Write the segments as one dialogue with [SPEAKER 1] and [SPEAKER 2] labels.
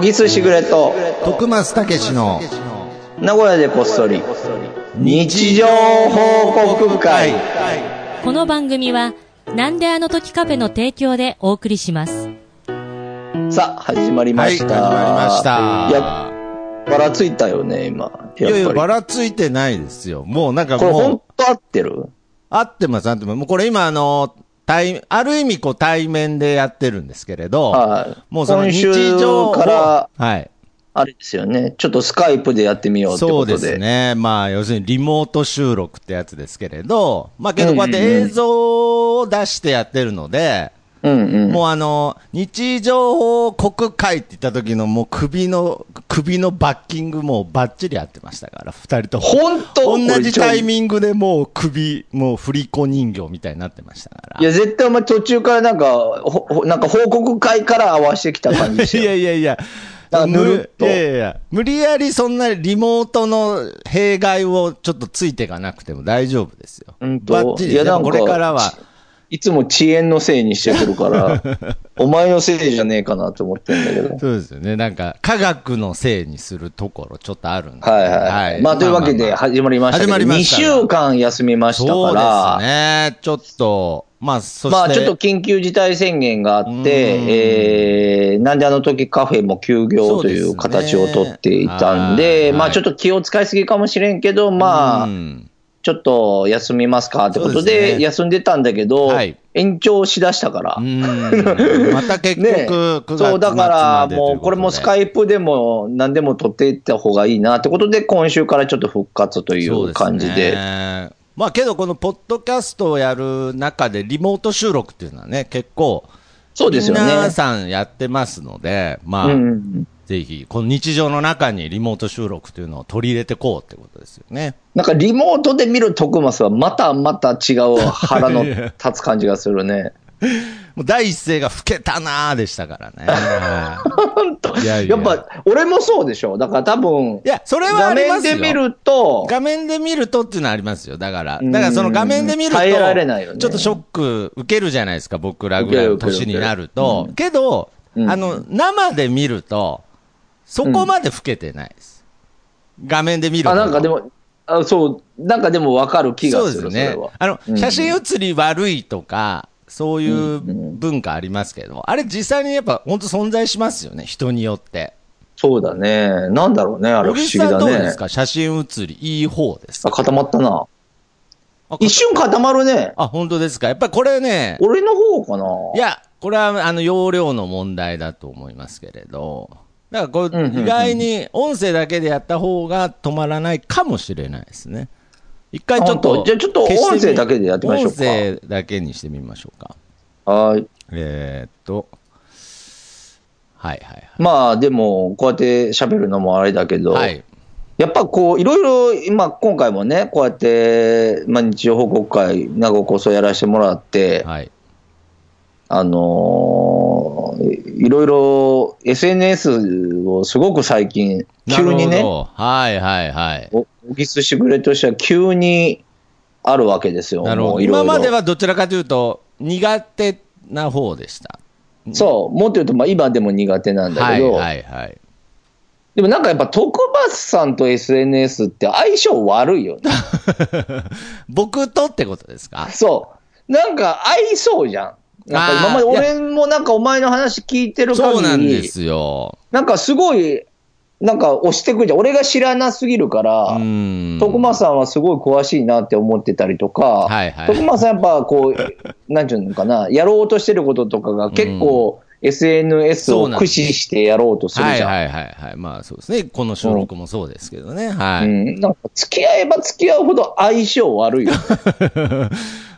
[SPEAKER 1] ぎすしぐれと、
[SPEAKER 2] 徳松たけしの
[SPEAKER 1] 名古屋でこっそり、日常報告会。
[SPEAKER 3] この番組は、なんであの時カフェの提供でお送りします。
[SPEAKER 1] さあ、始まりました。
[SPEAKER 2] はい始まりました
[SPEAKER 1] いや、ばらついたよね、今。
[SPEAKER 2] い
[SPEAKER 1] やっぱり
[SPEAKER 2] やいや、ばらついてないですよ。もうなんか
[SPEAKER 1] これ本
[SPEAKER 2] もう、
[SPEAKER 1] 当合ってる
[SPEAKER 2] 合ってます、合ってます。もうこれ今あの、対、ある意味こう対面でやってるんですけれど、
[SPEAKER 1] はい
[SPEAKER 2] もうその日常を
[SPEAKER 1] 今週から
[SPEAKER 2] はい。
[SPEAKER 1] あれですよね。ちょっとスカイプでやってみようって
[SPEAKER 2] そ
[SPEAKER 1] こと
[SPEAKER 2] う
[SPEAKER 1] で。
[SPEAKER 2] ですね。まあ、要するにリモート収録ってやつですけれど、まあけどこうやっ
[SPEAKER 1] うんうん
[SPEAKER 2] て
[SPEAKER 1] うん
[SPEAKER 2] 映像を出してやってるので、
[SPEAKER 1] うんうん。
[SPEAKER 2] もうあの、日常報告会って言った時のもう首の、首のバッキングもうバッチリ合ってましたから、二人とも。
[SPEAKER 1] ほんと
[SPEAKER 2] 同じタイミングでもう首、もう振り子人形みたいになってましたから。
[SPEAKER 1] いや、絶対お前途中からなんか、ほほなんか報告会から合わせてきた感じです
[SPEAKER 2] い
[SPEAKER 1] よ。
[SPEAKER 2] やいやいや。
[SPEAKER 1] だからぬるっと
[SPEAKER 2] いやいやいや無理やりそんなリモートの弊害をちょっとついていかなくても大丈夫ですよ。
[SPEAKER 1] うんと
[SPEAKER 2] バッチリ
[SPEAKER 1] いや
[SPEAKER 2] で
[SPEAKER 1] な
[SPEAKER 2] も
[SPEAKER 1] ん
[SPEAKER 2] こ
[SPEAKER 1] か
[SPEAKER 2] れからは。
[SPEAKER 1] いつも遅延のせいにしてくる から、お前のせいじゃねえかなと思ってんだけど。
[SPEAKER 2] そうですよね。なんか、科学のせいにするところちょっとあるんで。
[SPEAKER 1] はいはい。まあ、というわけで
[SPEAKER 2] まあまあ
[SPEAKER 1] 始まりましたけど、
[SPEAKER 2] 始まりました
[SPEAKER 1] 2週間休みましたから、
[SPEAKER 2] そうですね。ちょっと、まあ、そして。
[SPEAKER 1] まあちょっと緊急事態宣言があ
[SPEAKER 2] う
[SPEAKER 1] っ
[SPEAKER 2] ん
[SPEAKER 1] て、えー、なんであの時カフェも休業
[SPEAKER 2] そう
[SPEAKER 1] と
[SPEAKER 2] です
[SPEAKER 1] い
[SPEAKER 2] ね
[SPEAKER 1] う形をとっていたんで、
[SPEAKER 2] はい
[SPEAKER 1] まあちょっと気を使いすぎかもしれんけど、まあ、
[SPEAKER 2] うん
[SPEAKER 1] ちょっと休みますかってこと
[SPEAKER 2] そうで
[SPEAKER 1] で、
[SPEAKER 2] すね
[SPEAKER 1] 休んでたんだけど、
[SPEAKER 2] はい
[SPEAKER 1] 延長しだしたから。
[SPEAKER 2] うんまた結局、
[SPEAKER 1] ね
[SPEAKER 2] 9、月末まで
[SPEAKER 1] そう、だからもう、これもスカ
[SPEAKER 2] イ
[SPEAKER 1] イプでも何でも撮っていった方がいいなってことで、今週からちょっと復活とい
[SPEAKER 2] そう
[SPEAKER 1] う
[SPEAKER 2] ですね
[SPEAKER 1] 感じで。
[SPEAKER 2] まあけど、このポッドキャストをやる中で、リモート収録っていうのはね、結構、
[SPEAKER 1] そうですよね。
[SPEAKER 2] 皆さんやってますので、まあ、
[SPEAKER 1] うん。
[SPEAKER 2] ぜひ、この日常の中にリモート収録というのを取り入れてこうってことですよね。
[SPEAKER 1] なんかリモートで見る徳スはまたまた違う腹 の立つ感じがするね。
[SPEAKER 2] もう第一声が老けたなーでしたからね。は
[SPEAKER 1] 本当
[SPEAKER 2] いやい
[SPEAKER 1] や
[SPEAKER 2] や
[SPEAKER 1] っぱ、俺もそうでしょ。だから多分、
[SPEAKER 2] いいや、それはあ
[SPEAKER 1] 画
[SPEAKER 2] りま
[SPEAKER 1] 面
[SPEAKER 2] すよ
[SPEAKER 1] で見ると、
[SPEAKER 2] 画面で見るとっていうのはありますよ。だから。
[SPEAKER 1] うん
[SPEAKER 2] だからその画面で見ると、
[SPEAKER 1] 耐えられないよね
[SPEAKER 2] ちょっとショック受けるじゃないですか、僕らぐらいの
[SPEAKER 1] 受ける
[SPEAKER 2] 年
[SPEAKER 1] 受け
[SPEAKER 2] に
[SPEAKER 1] る
[SPEAKER 2] なると。けど、
[SPEAKER 1] うん
[SPEAKER 2] あの、生で見ると、そこまで老けてないです。画面で見ると。
[SPEAKER 1] あ、なんかでも、あそう、なんかでも分かる気がす
[SPEAKER 2] そう
[SPEAKER 1] る、そ,、
[SPEAKER 2] ですね
[SPEAKER 1] れは。。
[SPEAKER 2] あの、
[SPEAKER 1] うん
[SPEAKER 2] 写真写り悪いとか、そういう
[SPEAKER 1] うん
[SPEAKER 2] 文化ありますけど、あれ実際にやっぱ本当存在しますよね、人によって。
[SPEAKER 1] そうだね。なんだろうね、あれ不思
[SPEAKER 2] 小
[SPEAKER 1] 議
[SPEAKER 2] 木さん
[SPEAKER 1] だ
[SPEAKER 2] どうで
[SPEAKER 1] ね
[SPEAKER 2] す。か写真写りいい方ですか
[SPEAKER 1] あ、固まったな。
[SPEAKER 2] あ
[SPEAKER 1] 一瞬固まるね。
[SPEAKER 2] あ、本当ですかやっぱりこれね、
[SPEAKER 1] 俺の方かない
[SPEAKER 2] や、これは、あの、容量の問題だと思いますけれど、だからこ
[SPEAKER 1] んうんうん
[SPEAKER 2] れ、意外に音声だけでやった方が止まらないかもしれないですね。一回ちょっ
[SPEAKER 1] あ
[SPEAKER 2] と
[SPEAKER 1] 本当、じゃあちょっと
[SPEAKER 2] 消してみ
[SPEAKER 1] 音声だけでやってみましょうか
[SPEAKER 2] 音声だけにしてみましょうか。
[SPEAKER 1] はい。
[SPEAKER 2] えー、っと、はいはい
[SPEAKER 1] まあでも、こうやって喋るのもあれだけど、
[SPEAKER 2] はい。はい。
[SPEAKER 1] やっぱこう、いろいろ、今、今回もね、こうやって、まあ、日常報告会、名護こそやらせてもらって、
[SPEAKER 2] はい。
[SPEAKER 1] あのーいろいろ SNS をすごく最近、急に
[SPEAKER 2] なる
[SPEAKER 1] ね、
[SPEAKER 2] ほどはいはいはい。
[SPEAKER 1] おぎすしぐれとしては急にあるわけですよ。
[SPEAKER 2] なるほ
[SPEAKER 1] も
[SPEAKER 2] ど。
[SPEAKER 1] ういろいろ
[SPEAKER 2] 今まではどちらかというと、苦手な方でした。
[SPEAKER 1] そう、もっと言うと、まあ、今でも苦手なんだ
[SPEAKER 2] は
[SPEAKER 1] け
[SPEAKER 2] い
[SPEAKER 1] ど、
[SPEAKER 2] はいはい。
[SPEAKER 1] でもなんかやっぱ、徳松さんと SNS って相性悪いよね。
[SPEAKER 2] 僕とってことですか
[SPEAKER 1] そう。なんか合いそうじゃん。なんか今まで
[SPEAKER 2] あー
[SPEAKER 1] 俺もなんかお前の話聞いてる
[SPEAKER 2] そうな
[SPEAKER 1] 限
[SPEAKER 2] ん
[SPEAKER 1] り、
[SPEAKER 2] で
[SPEAKER 1] な
[SPEAKER 2] すよ。
[SPEAKER 1] んかすごい、なんか押してくるじゃん。俺が知らなすぎるから、
[SPEAKER 2] ん
[SPEAKER 1] 徳間さんはすごい詳しいなって思ってたりとか、
[SPEAKER 2] はいはい
[SPEAKER 1] 徳間さんやっぱこう、なんていうのかな、やろうとしてることとかが結構 SNS を駆使してやろうとする
[SPEAKER 2] はい
[SPEAKER 1] じゃん。
[SPEAKER 2] はいはいはい。まあそうですね。この収録もそうですけどね。は
[SPEAKER 1] う
[SPEAKER 2] い。
[SPEAKER 1] ん、なんか付き合えば付き合うほど相性悪いよね。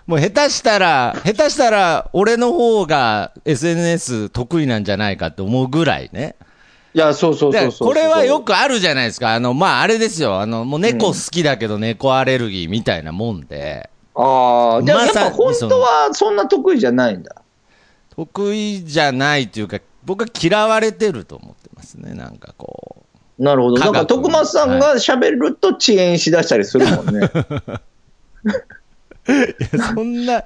[SPEAKER 2] もう下手したら、下手したら、俺の方が SNS 得意なんじゃないかって思うぐ らいね。
[SPEAKER 1] いや、そうそう
[SPEAKER 2] だか
[SPEAKER 1] そう
[SPEAKER 2] ら
[SPEAKER 1] そう。
[SPEAKER 2] これはよくあるじゃないですか。あの、まああれですよ。あの、もう猫好きだけど猫アレルギーみたいなもんで、
[SPEAKER 1] ああ、じゃあやっぱ
[SPEAKER 2] ま
[SPEAKER 1] 本
[SPEAKER 2] さに
[SPEAKER 1] 当はそんな得意じゃないんだ。
[SPEAKER 2] 得意じゃないというか、僕は嫌われてると思ってますね。なんかこう。
[SPEAKER 1] なるほど。
[SPEAKER 2] 科
[SPEAKER 1] だ
[SPEAKER 2] 学
[SPEAKER 1] から徳松さんが喋ると遅延しだしたりするもんね。
[SPEAKER 2] そ んな、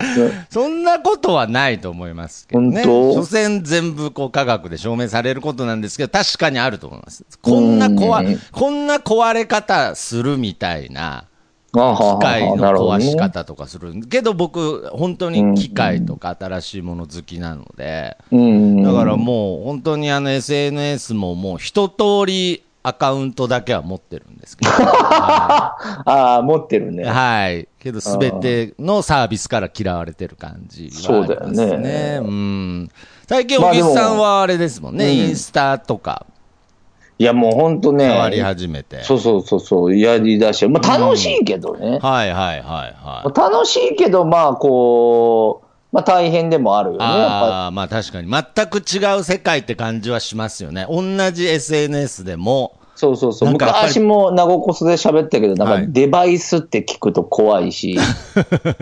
[SPEAKER 2] そんなことはないと思いますけどね。
[SPEAKER 1] 本当
[SPEAKER 2] 所詮全部こう科学で証明されることなんですけど、確かにあると思います。こんな
[SPEAKER 1] う
[SPEAKER 2] 壊
[SPEAKER 1] ん、
[SPEAKER 2] こんな壊れ方するみたいな、
[SPEAKER 1] あは
[SPEAKER 2] 機械の壊し
[SPEAKER 1] ね。
[SPEAKER 2] 方とかするんけど僕、本当に機械とか新しいもの好きなので、
[SPEAKER 1] うん。
[SPEAKER 2] だからもう本当にあの SNS ももう一通りアカウントだけは持ってるんですけど。
[SPEAKER 1] ああ、持ってるね。
[SPEAKER 2] はい。けど、すべてのサービスから嫌われてる感じはありますね。
[SPEAKER 1] そうだよ
[SPEAKER 2] うん。最近、
[SPEAKER 1] まあ
[SPEAKER 2] 小
[SPEAKER 1] で
[SPEAKER 2] 木
[SPEAKER 1] も
[SPEAKER 2] さんはあれですもんね、
[SPEAKER 1] うん
[SPEAKER 2] インスタとか
[SPEAKER 1] いや、もう本当ね
[SPEAKER 2] 変。わり始めて。
[SPEAKER 1] そうそうそうそう、やりだして。まあ楽しいけどね。
[SPEAKER 2] はいはいはいはい。
[SPEAKER 1] 楽しいけど、まあこう、まあ大変でもあるよね。やっぱ
[SPEAKER 2] ああ、まあ確かに。全く違う世界って感じはしますよね。同じ SNS で も、
[SPEAKER 1] そうそうそう。
[SPEAKER 2] なんかやっぱり
[SPEAKER 1] 昔も名古コスで喋ったけど、な
[SPEAKER 2] は
[SPEAKER 1] んか
[SPEAKER 2] い
[SPEAKER 1] デバイスって聞くと怖いし、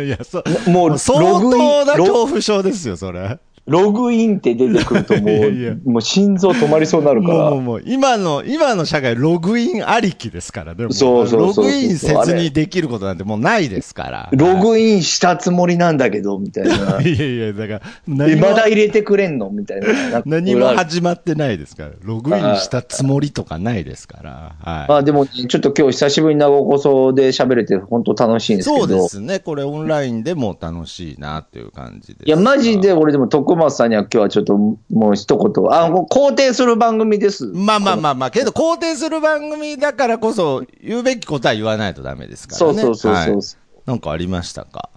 [SPEAKER 2] いや、そう。
[SPEAKER 1] もう
[SPEAKER 2] 相
[SPEAKER 1] ログイ
[SPEAKER 2] 当な
[SPEAKER 1] ンロ、
[SPEAKER 2] 恐怖症ですよ、それ。
[SPEAKER 1] ログインって出てくるともう、
[SPEAKER 2] いやいや
[SPEAKER 1] もう心臓止まりそうになるか
[SPEAKER 2] もうもう
[SPEAKER 1] ら。
[SPEAKER 2] もう、今の、今の社会、ログインありきですから、でも。
[SPEAKER 1] そうそうそうそう
[SPEAKER 2] ログインせずにできることなんてもうないですから。
[SPEAKER 1] ログインしたつもりなんだけど、みたいな。
[SPEAKER 2] いやいや、だか
[SPEAKER 1] え
[SPEAKER 2] ら、何も
[SPEAKER 1] まだ入れてくれんのみたいな。なんか
[SPEAKER 2] 何も始まってないですから、ログインしたつもりとかないですから、
[SPEAKER 1] ま
[SPEAKER 2] は
[SPEAKER 1] あでもね、ちょっと今日久しぶりに名古こそで喋れて、本当楽しいん
[SPEAKER 2] い。
[SPEAKER 1] ですけど。
[SPEAKER 2] そうですね、これ、オンラインでも楽しいなっていう感じです。
[SPEAKER 1] いや、マジで俺でも徳松さんには今日はちょっともう一言、あ、もう肯定する番組です。
[SPEAKER 2] まあまあまあまあ、けど、肯定する番組だからこそ、言うべきことは言わないとダメですから
[SPEAKER 1] そ
[SPEAKER 2] ね。
[SPEAKER 1] うそうそうそう。
[SPEAKER 2] はい
[SPEAKER 1] い、
[SPEAKER 2] なんかありましたか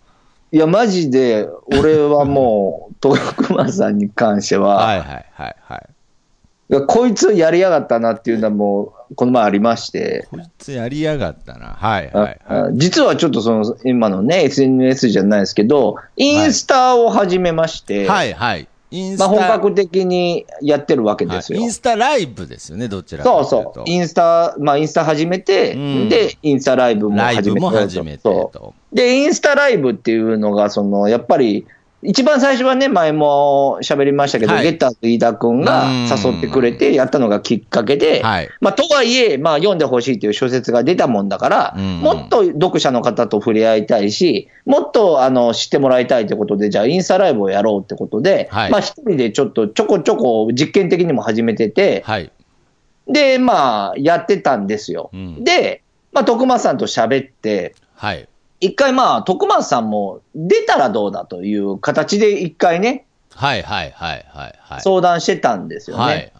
[SPEAKER 1] や、マジで俺はもう 徳松さんに関しては、
[SPEAKER 2] はいはいはいはい。
[SPEAKER 1] いやこいつやりやがったなっていうのはもう、この前ありまして、
[SPEAKER 2] こいつやりやがったな。はいはいはい。
[SPEAKER 1] あ実はちょっとその、今のね、SNS じゃないですけど、インスタを始めまして、
[SPEAKER 2] はいはい。インス
[SPEAKER 1] ま
[SPEAKER 2] タ、
[SPEAKER 1] あ、本格的にやってるわけですよ。
[SPEAKER 2] はいインスタライブですよね、どちらかと
[SPEAKER 1] そ
[SPEAKER 2] いううと。
[SPEAKER 1] そう。インスタ、まあ、インスタ始めて、
[SPEAKER 2] うん
[SPEAKER 1] で、インスタライブも
[SPEAKER 2] ライ
[SPEAKER 1] 始
[SPEAKER 2] ブ
[SPEAKER 1] め
[SPEAKER 2] も
[SPEAKER 1] て。
[SPEAKER 2] 始めて
[SPEAKER 1] そ
[SPEAKER 2] と。
[SPEAKER 1] うで、インスタライブっていうのが、その、やっぱり、一番最初はね、前も喋りましたけど、
[SPEAKER 2] はい
[SPEAKER 1] ゲッターズ飯田君が
[SPEAKER 2] うん
[SPEAKER 1] 誘ってくれて、やったのがきっかけで、
[SPEAKER 2] はい
[SPEAKER 1] まあ、とはいえ、まあ、読んでほしいという小説が出たもんだから、
[SPEAKER 2] うん
[SPEAKER 1] もっと読者の方と触れ合いたいし、もっと、あの、知ってもらいたいということで、じゃあ、インスタライブをやろうってことで、
[SPEAKER 2] はい
[SPEAKER 1] まあ、一人でちょっと、ちょこちょこ実験的にも始めてて、
[SPEAKER 2] はい。
[SPEAKER 1] で、まあ、やってたんですよ。
[SPEAKER 2] うん
[SPEAKER 1] で、まあ、徳松さんと喋って、
[SPEAKER 2] はい。
[SPEAKER 1] 一回まあ、徳松さんも出たらどうだという形で一回ね、
[SPEAKER 2] はいはいはいはいはい。
[SPEAKER 1] 相談してたんですよね。
[SPEAKER 2] はい。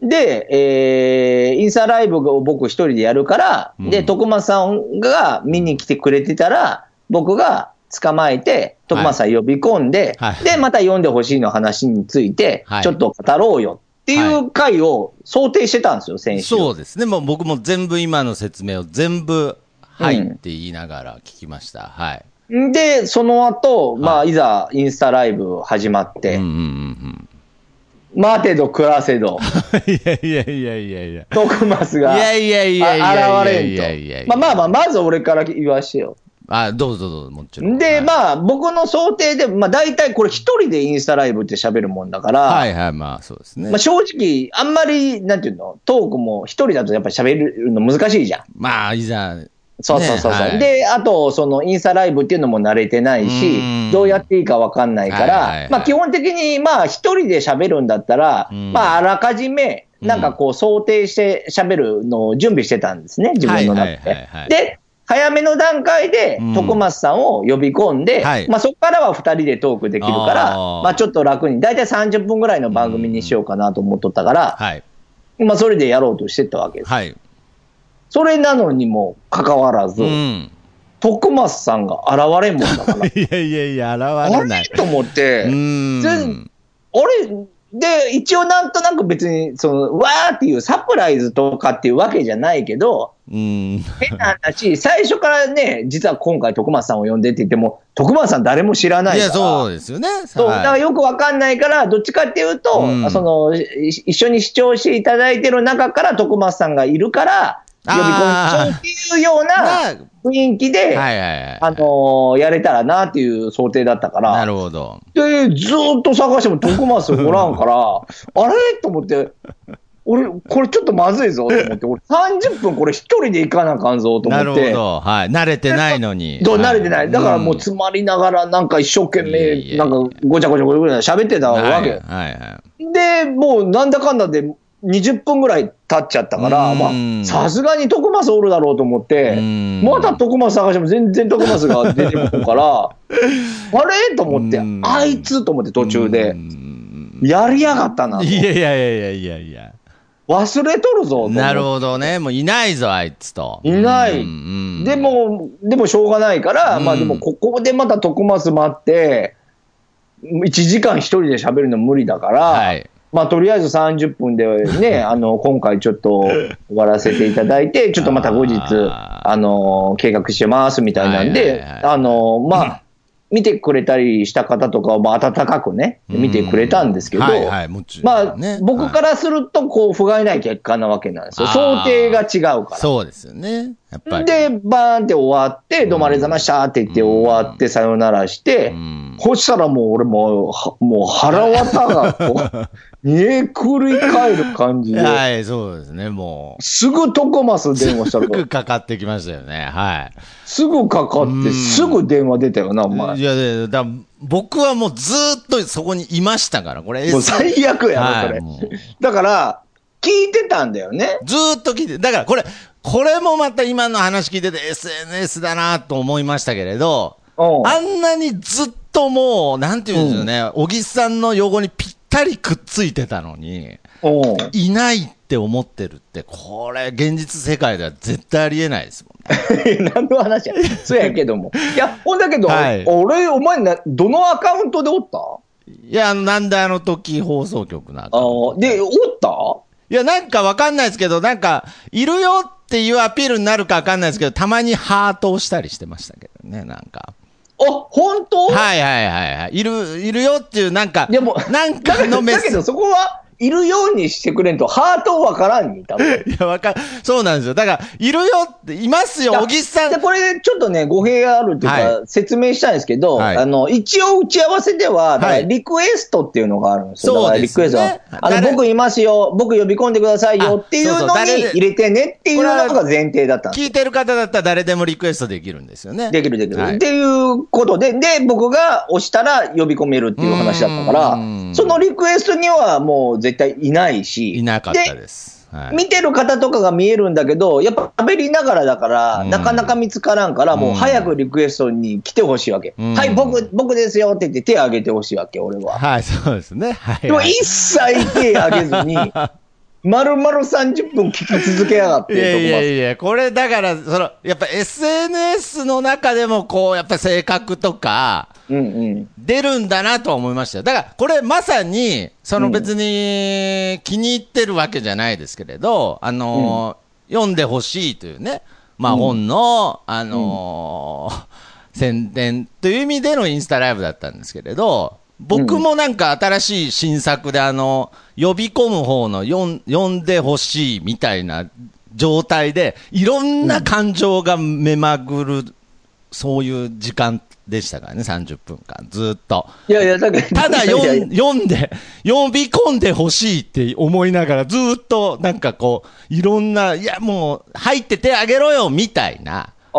[SPEAKER 1] で、えーインスタライブを僕一人でやるから、
[SPEAKER 2] うん
[SPEAKER 1] で、徳松さんが見に来てくれてたら、僕が捕まえて、徳松さん呼び込んで、
[SPEAKER 2] はい
[SPEAKER 1] で、また読んでほしいの話について
[SPEAKER 2] は、い
[SPEAKER 1] ちょっと語ろうよっていう回を想定してたんですよ、先週。
[SPEAKER 2] そうですね。もう僕も全部今の説明を全部、はいって言いながら聞きました。はい。
[SPEAKER 1] で、その後、まあ、
[SPEAKER 2] はい
[SPEAKER 1] ざインスタライブ始まって、
[SPEAKER 2] うんうんうん
[SPEAKER 1] 待てど暮らせど、
[SPEAKER 2] うん。いやいやいやいやいや。
[SPEAKER 1] トクマス
[SPEAKER 2] い
[SPEAKER 1] が
[SPEAKER 2] やいやいやい
[SPEAKER 1] あ
[SPEAKER 2] や
[SPEAKER 1] 現
[SPEAKER 2] いやい
[SPEAKER 1] れ
[SPEAKER 2] や
[SPEAKER 1] んと。まあまあまあ、まず俺から言わしてよ。
[SPEAKER 2] あ。あ、どうぞどうぞ、もちろん。
[SPEAKER 1] で、
[SPEAKER 2] あ。
[SPEAKER 1] まあ、僕の想定で、まあ、大体これ一人でインスタライブって喋るもんだから、
[SPEAKER 2] はいはい、まあそうですね
[SPEAKER 1] まあ、。正直、あんまり、なんていうの、トークも一人だとやっぱ喋るの難しいじゃん。
[SPEAKER 2] まあ、いざ、
[SPEAKER 1] そうそうそうそう、
[SPEAKER 2] ねはい
[SPEAKER 1] で、あと、そのインスタライブっていうのも慣れてない
[SPEAKER 2] うん
[SPEAKER 1] し、どうやっていいかわかんないから、
[SPEAKER 2] はいはいはい
[SPEAKER 1] まあ基本的に、まあ一人で喋るんだったら、
[SPEAKER 2] うん
[SPEAKER 1] まああらかじめ、なんかこう想定して喋るのを準備してたんですね、自分の中で。
[SPEAKER 2] はいはいはいはい
[SPEAKER 1] で、早めの段階で
[SPEAKER 2] うん、
[SPEAKER 1] 徳松さんを呼び込んで、
[SPEAKER 2] はい
[SPEAKER 1] まあそこからは二人でトークできるから、
[SPEAKER 2] あー
[SPEAKER 1] まあちょっと楽に、だいたい30分ぐらいの番組にしようかなと思っとったから、
[SPEAKER 2] はい。
[SPEAKER 1] まあそれでやろうとしてたわけです。
[SPEAKER 2] はい。
[SPEAKER 1] それなのにもかかわらず、
[SPEAKER 2] うん。
[SPEAKER 1] 徳松さんが現れんもんだから、
[SPEAKER 2] いやいやいや、現
[SPEAKER 1] あ
[SPEAKER 2] れな
[SPEAKER 1] れ
[SPEAKER 2] い。
[SPEAKER 1] と思って、
[SPEAKER 2] う
[SPEAKER 1] 全
[SPEAKER 2] ん。
[SPEAKER 1] あれで、一応なんとなく別に、その、わーっていうサプライズとかっていうわけじゃないけど、
[SPEAKER 2] うん。
[SPEAKER 1] 変な話、最初からね、実は今回徳松さんを呼んでって言っても、徳松さん誰も知らないいか
[SPEAKER 2] や、
[SPEAKER 1] ら。
[SPEAKER 2] そうですよね。
[SPEAKER 1] そう
[SPEAKER 2] はい
[SPEAKER 1] だからよくわかんないから、どっちかっていうと、
[SPEAKER 2] うん
[SPEAKER 1] その、い一緒に視聴していただいてる中から徳松さんがいるから、呼び込
[SPEAKER 2] あー
[SPEAKER 1] むっていうような
[SPEAKER 2] ま
[SPEAKER 1] 雰囲気で、
[SPEAKER 2] あはいはいはい。
[SPEAKER 1] あのーやれたらなっていう想定だったから。
[SPEAKER 2] なるほど。
[SPEAKER 1] で、ずーっと探しても、徳松おらんから、あれと思って、俺、これちょっとまずいぞ と思って、俺30分これ一人で行かなあかんぞと
[SPEAKER 2] な
[SPEAKER 1] 思
[SPEAKER 2] る
[SPEAKER 1] っ
[SPEAKER 2] ほ
[SPEAKER 1] て。
[SPEAKER 2] ど。はい。慣れてない のに。
[SPEAKER 1] どう
[SPEAKER 2] は
[SPEAKER 1] 慣れてない。だからもう詰まりながら、なんか一生懸
[SPEAKER 2] いやいや
[SPEAKER 1] 命、
[SPEAKER 2] い
[SPEAKER 1] な
[SPEAKER 2] や
[SPEAKER 1] んかごちゃごちゃごちゃごちゃ喋ってたわけ。
[SPEAKER 2] はいはいはい。
[SPEAKER 1] で、もうなんだかんだで20分ぐらい経っちゃったから、
[SPEAKER 2] うん
[SPEAKER 1] まあ、さすがに徳松おるだろうと思って
[SPEAKER 2] うん、
[SPEAKER 1] また徳松探しても全然徳松が出てこん から、あれと思って
[SPEAKER 2] うん、
[SPEAKER 1] あいつと思って途中
[SPEAKER 2] う
[SPEAKER 1] で、
[SPEAKER 2] ん
[SPEAKER 1] やりやがったなと。
[SPEAKER 2] いやいやいやいやいやいや。
[SPEAKER 1] 忘れとるぞと思って。
[SPEAKER 2] なるほどね。もういないぞ、あいつと。
[SPEAKER 1] いない
[SPEAKER 2] うんうん
[SPEAKER 1] で、も、でもしょうがないから、
[SPEAKER 2] うん
[SPEAKER 1] まあでもここでまた徳松待って、1時間一人で喋るの無理だから、
[SPEAKER 2] はい。
[SPEAKER 1] まあとりあえず30分で ね、あの、今回ちょっと終わらせていただいて、ちょっとまた後日、
[SPEAKER 2] あ
[SPEAKER 1] あ
[SPEAKER 2] ー
[SPEAKER 1] の、計画してますみたいなん
[SPEAKER 2] はい
[SPEAKER 1] で、
[SPEAKER 2] はいはい
[SPEAKER 1] あの、まあ、見てくれたりした方とかを、まあ、温かくね、見てくれたんですけど、
[SPEAKER 2] はいはい、もち
[SPEAKER 1] ま
[SPEAKER 2] ろ
[SPEAKER 1] あ、
[SPEAKER 2] んね
[SPEAKER 1] 僕からすると、こう、不甲斐ない結果なわけなんですよ。
[SPEAKER 2] あー
[SPEAKER 1] 想定が違うから。
[SPEAKER 2] そうですよね。やっぱり。
[SPEAKER 1] で、バーンって終わって、どうもありがとうございましたって言って終わって、さよならして
[SPEAKER 2] ん、
[SPEAKER 1] そしたらもう俺もう、はもう腹渡が こう、煮えくり返る感じで、
[SPEAKER 2] はい、そうですね、もう。
[SPEAKER 1] すぐトコマス電話した
[SPEAKER 2] すぐ
[SPEAKER 1] ら、
[SPEAKER 2] かかってきましたよね、は
[SPEAKER 1] すぐかかって、すぐ電話出たよな、お
[SPEAKER 2] い。
[SPEAKER 1] 前。
[SPEAKER 2] いや、でだ僕はもうずーっとそこにいましたから、これ、
[SPEAKER 1] もう最悪やな、そ
[SPEAKER 2] は
[SPEAKER 1] れ
[SPEAKER 2] い、。もう
[SPEAKER 1] だから、聞いてたんだよね。
[SPEAKER 2] ずーっと聞いて、だからこれ、これもまた今の話聞いてて SNS だなと思いましたけれど、
[SPEAKER 1] うん
[SPEAKER 2] あんなにずっともう、なんて言うんでしょうね、小木さんの用語にぴったりくっついてたのに、
[SPEAKER 1] うん。
[SPEAKER 2] いないって思ってるって、これ、現実世界では絶対ありえないですもんね。
[SPEAKER 1] 何の話や。そうやけども。いや、ほんだけど、
[SPEAKER 2] はい
[SPEAKER 1] 俺、お前な、どのアカウントでおった
[SPEAKER 2] いや、あの、なんであの時放送局なんか
[SPEAKER 1] あ。ーで、おった
[SPEAKER 2] いや、なんかわかんないですけど、なんか、いるよっていうアピールになるかわかんないですけど、たまにハートをしたりしてましたけどね、なんか。
[SPEAKER 1] あ、本当
[SPEAKER 2] はいはいはいはい。いる、いるよっていう、なんか、
[SPEAKER 1] でも、
[SPEAKER 2] なんかのメッ
[SPEAKER 1] だ
[SPEAKER 2] セ
[SPEAKER 1] け
[SPEAKER 2] ー
[SPEAKER 1] ど
[SPEAKER 2] ジ。
[SPEAKER 1] そこは、いるようにしてくれんと、ハートわからんに、多分。
[SPEAKER 2] いや、わかんそうなんですよ。だから、いるよって、いますよ、小木さん。
[SPEAKER 1] で、これ、ちょっとね、語弊があるというか、
[SPEAKER 2] は
[SPEAKER 1] 説明したいんですけど、
[SPEAKER 2] はい
[SPEAKER 1] あの、一応打ち合わせでは、だから
[SPEAKER 2] はい
[SPEAKER 1] リクエストっていうのがあるんですよ。だか
[SPEAKER 2] そう
[SPEAKER 1] ら
[SPEAKER 2] で
[SPEAKER 1] リ
[SPEAKER 2] す
[SPEAKER 1] ク
[SPEAKER 2] ね
[SPEAKER 1] エストはあ
[SPEAKER 2] 誰
[SPEAKER 1] の、僕いますよ、僕呼び込んでくださいよっていう
[SPEAKER 2] あそ
[SPEAKER 1] の
[SPEAKER 2] うそう
[SPEAKER 1] に
[SPEAKER 2] 誰で
[SPEAKER 1] 入れてねっていうのが前提だったんです。
[SPEAKER 2] 聞いてる方だったら誰でもリクエストできるんですよ ね。
[SPEAKER 1] できるできる、
[SPEAKER 2] はい
[SPEAKER 1] っていうことで、で、僕が押したら呼び込めるっていう話だったか
[SPEAKER 2] う
[SPEAKER 1] ら
[SPEAKER 2] ーん、
[SPEAKER 1] そのリクエストにはもう絶対いないし。
[SPEAKER 2] いなかったです。はい
[SPEAKER 1] 見てる方とかが見えるんだけど、やっぱ喋りながらだから、
[SPEAKER 2] うん
[SPEAKER 1] なかなか見つからんから、もう早くリクエストに来てほしいわけ、
[SPEAKER 2] うん
[SPEAKER 1] はい、僕、僕ですよって言って手挙げてほしいわけ、俺は。
[SPEAKER 2] はい、そうですね。はい、
[SPEAKER 1] でも
[SPEAKER 2] はい。
[SPEAKER 1] 一切手挙げず に、丸々30分聞き続けやがって、
[SPEAKER 2] いやいや
[SPEAKER 1] とこ
[SPEAKER 2] いや、これだから、その、やっぱ SNS の中でも、こう、やっぱ性格とか、
[SPEAKER 1] うんうん。
[SPEAKER 2] 出るんだなとは思いましたよ。だから、これまさに、その別に気に入ってるわけじゃないですけれど、あのー読んでほしいというね、まあ本の、あのー宣伝という意味でのインスタライブだったんですけれど、僕もなんか新しい新作であの、呼び込む方の読ん読んでほしいみたいな状態で、いろんな感情が目まぐるそういう時間でしたからね、30分間、ずっと。
[SPEAKER 1] いやいや、だけど、
[SPEAKER 2] ただ
[SPEAKER 1] いやい
[SPEAKER 2] 読
[SPEAKER 1] や
[SPEAKER 2] ん読んで、呼び込んでほしいって思いながら、ずっとなんかこう、いろんな、いやもう、入って手あげろよみたいな、
[SPEAKER 1] あー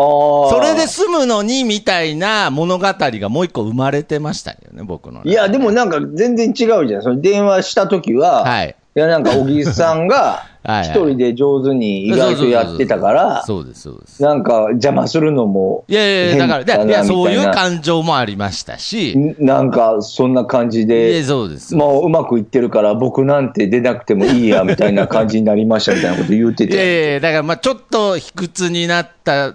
[SPEAKER 2] それで済むのにみたいな物語がもう一個生まれてましたけどね、僕の中。
[SPEAKER 1] いや、でもなんか全然違うじゃん。その電話した時は、
[SPEAKER 2] はい
[SPEAKER 1] や、なんか小木さんが
[SPEAKER 2] はいはい
[SPEAKER 1] 一人で上手に意外とやってたから、
[SPEAKER 2] そうです、そうです。
[SPEAKER 1] なんか邪魔するのも
[SPEAKER 2] いやいやいや、だから、
[SPEAKER 1] 変
[SPEAKER 2] いや、
[SPEAKER 1] な
[SPEAKER 2] そう
[SPEAKER 1] み
[SPEAKER 2] い
[SPEAKER 1] た
[SPEAKER 2] う
[SPEAKER 1] な
[SPEAKER 2] 感情もありましたし、い
[SPEAKER 1] んなんかそんな感じ
[SPEAKER 2] や、
[SPEAKER 1] で、
[SPEAKER 2] そうです。
[SPEAKER 1] もううまくいってるから僕なんて出なくてもいいやみたいな感じになりましたみたいなこと言うて
[SPEAKER 2] いやい
[SPEAKER 1] て。
[SPEAKER 2] やいやだからまあちょっと卑屈になった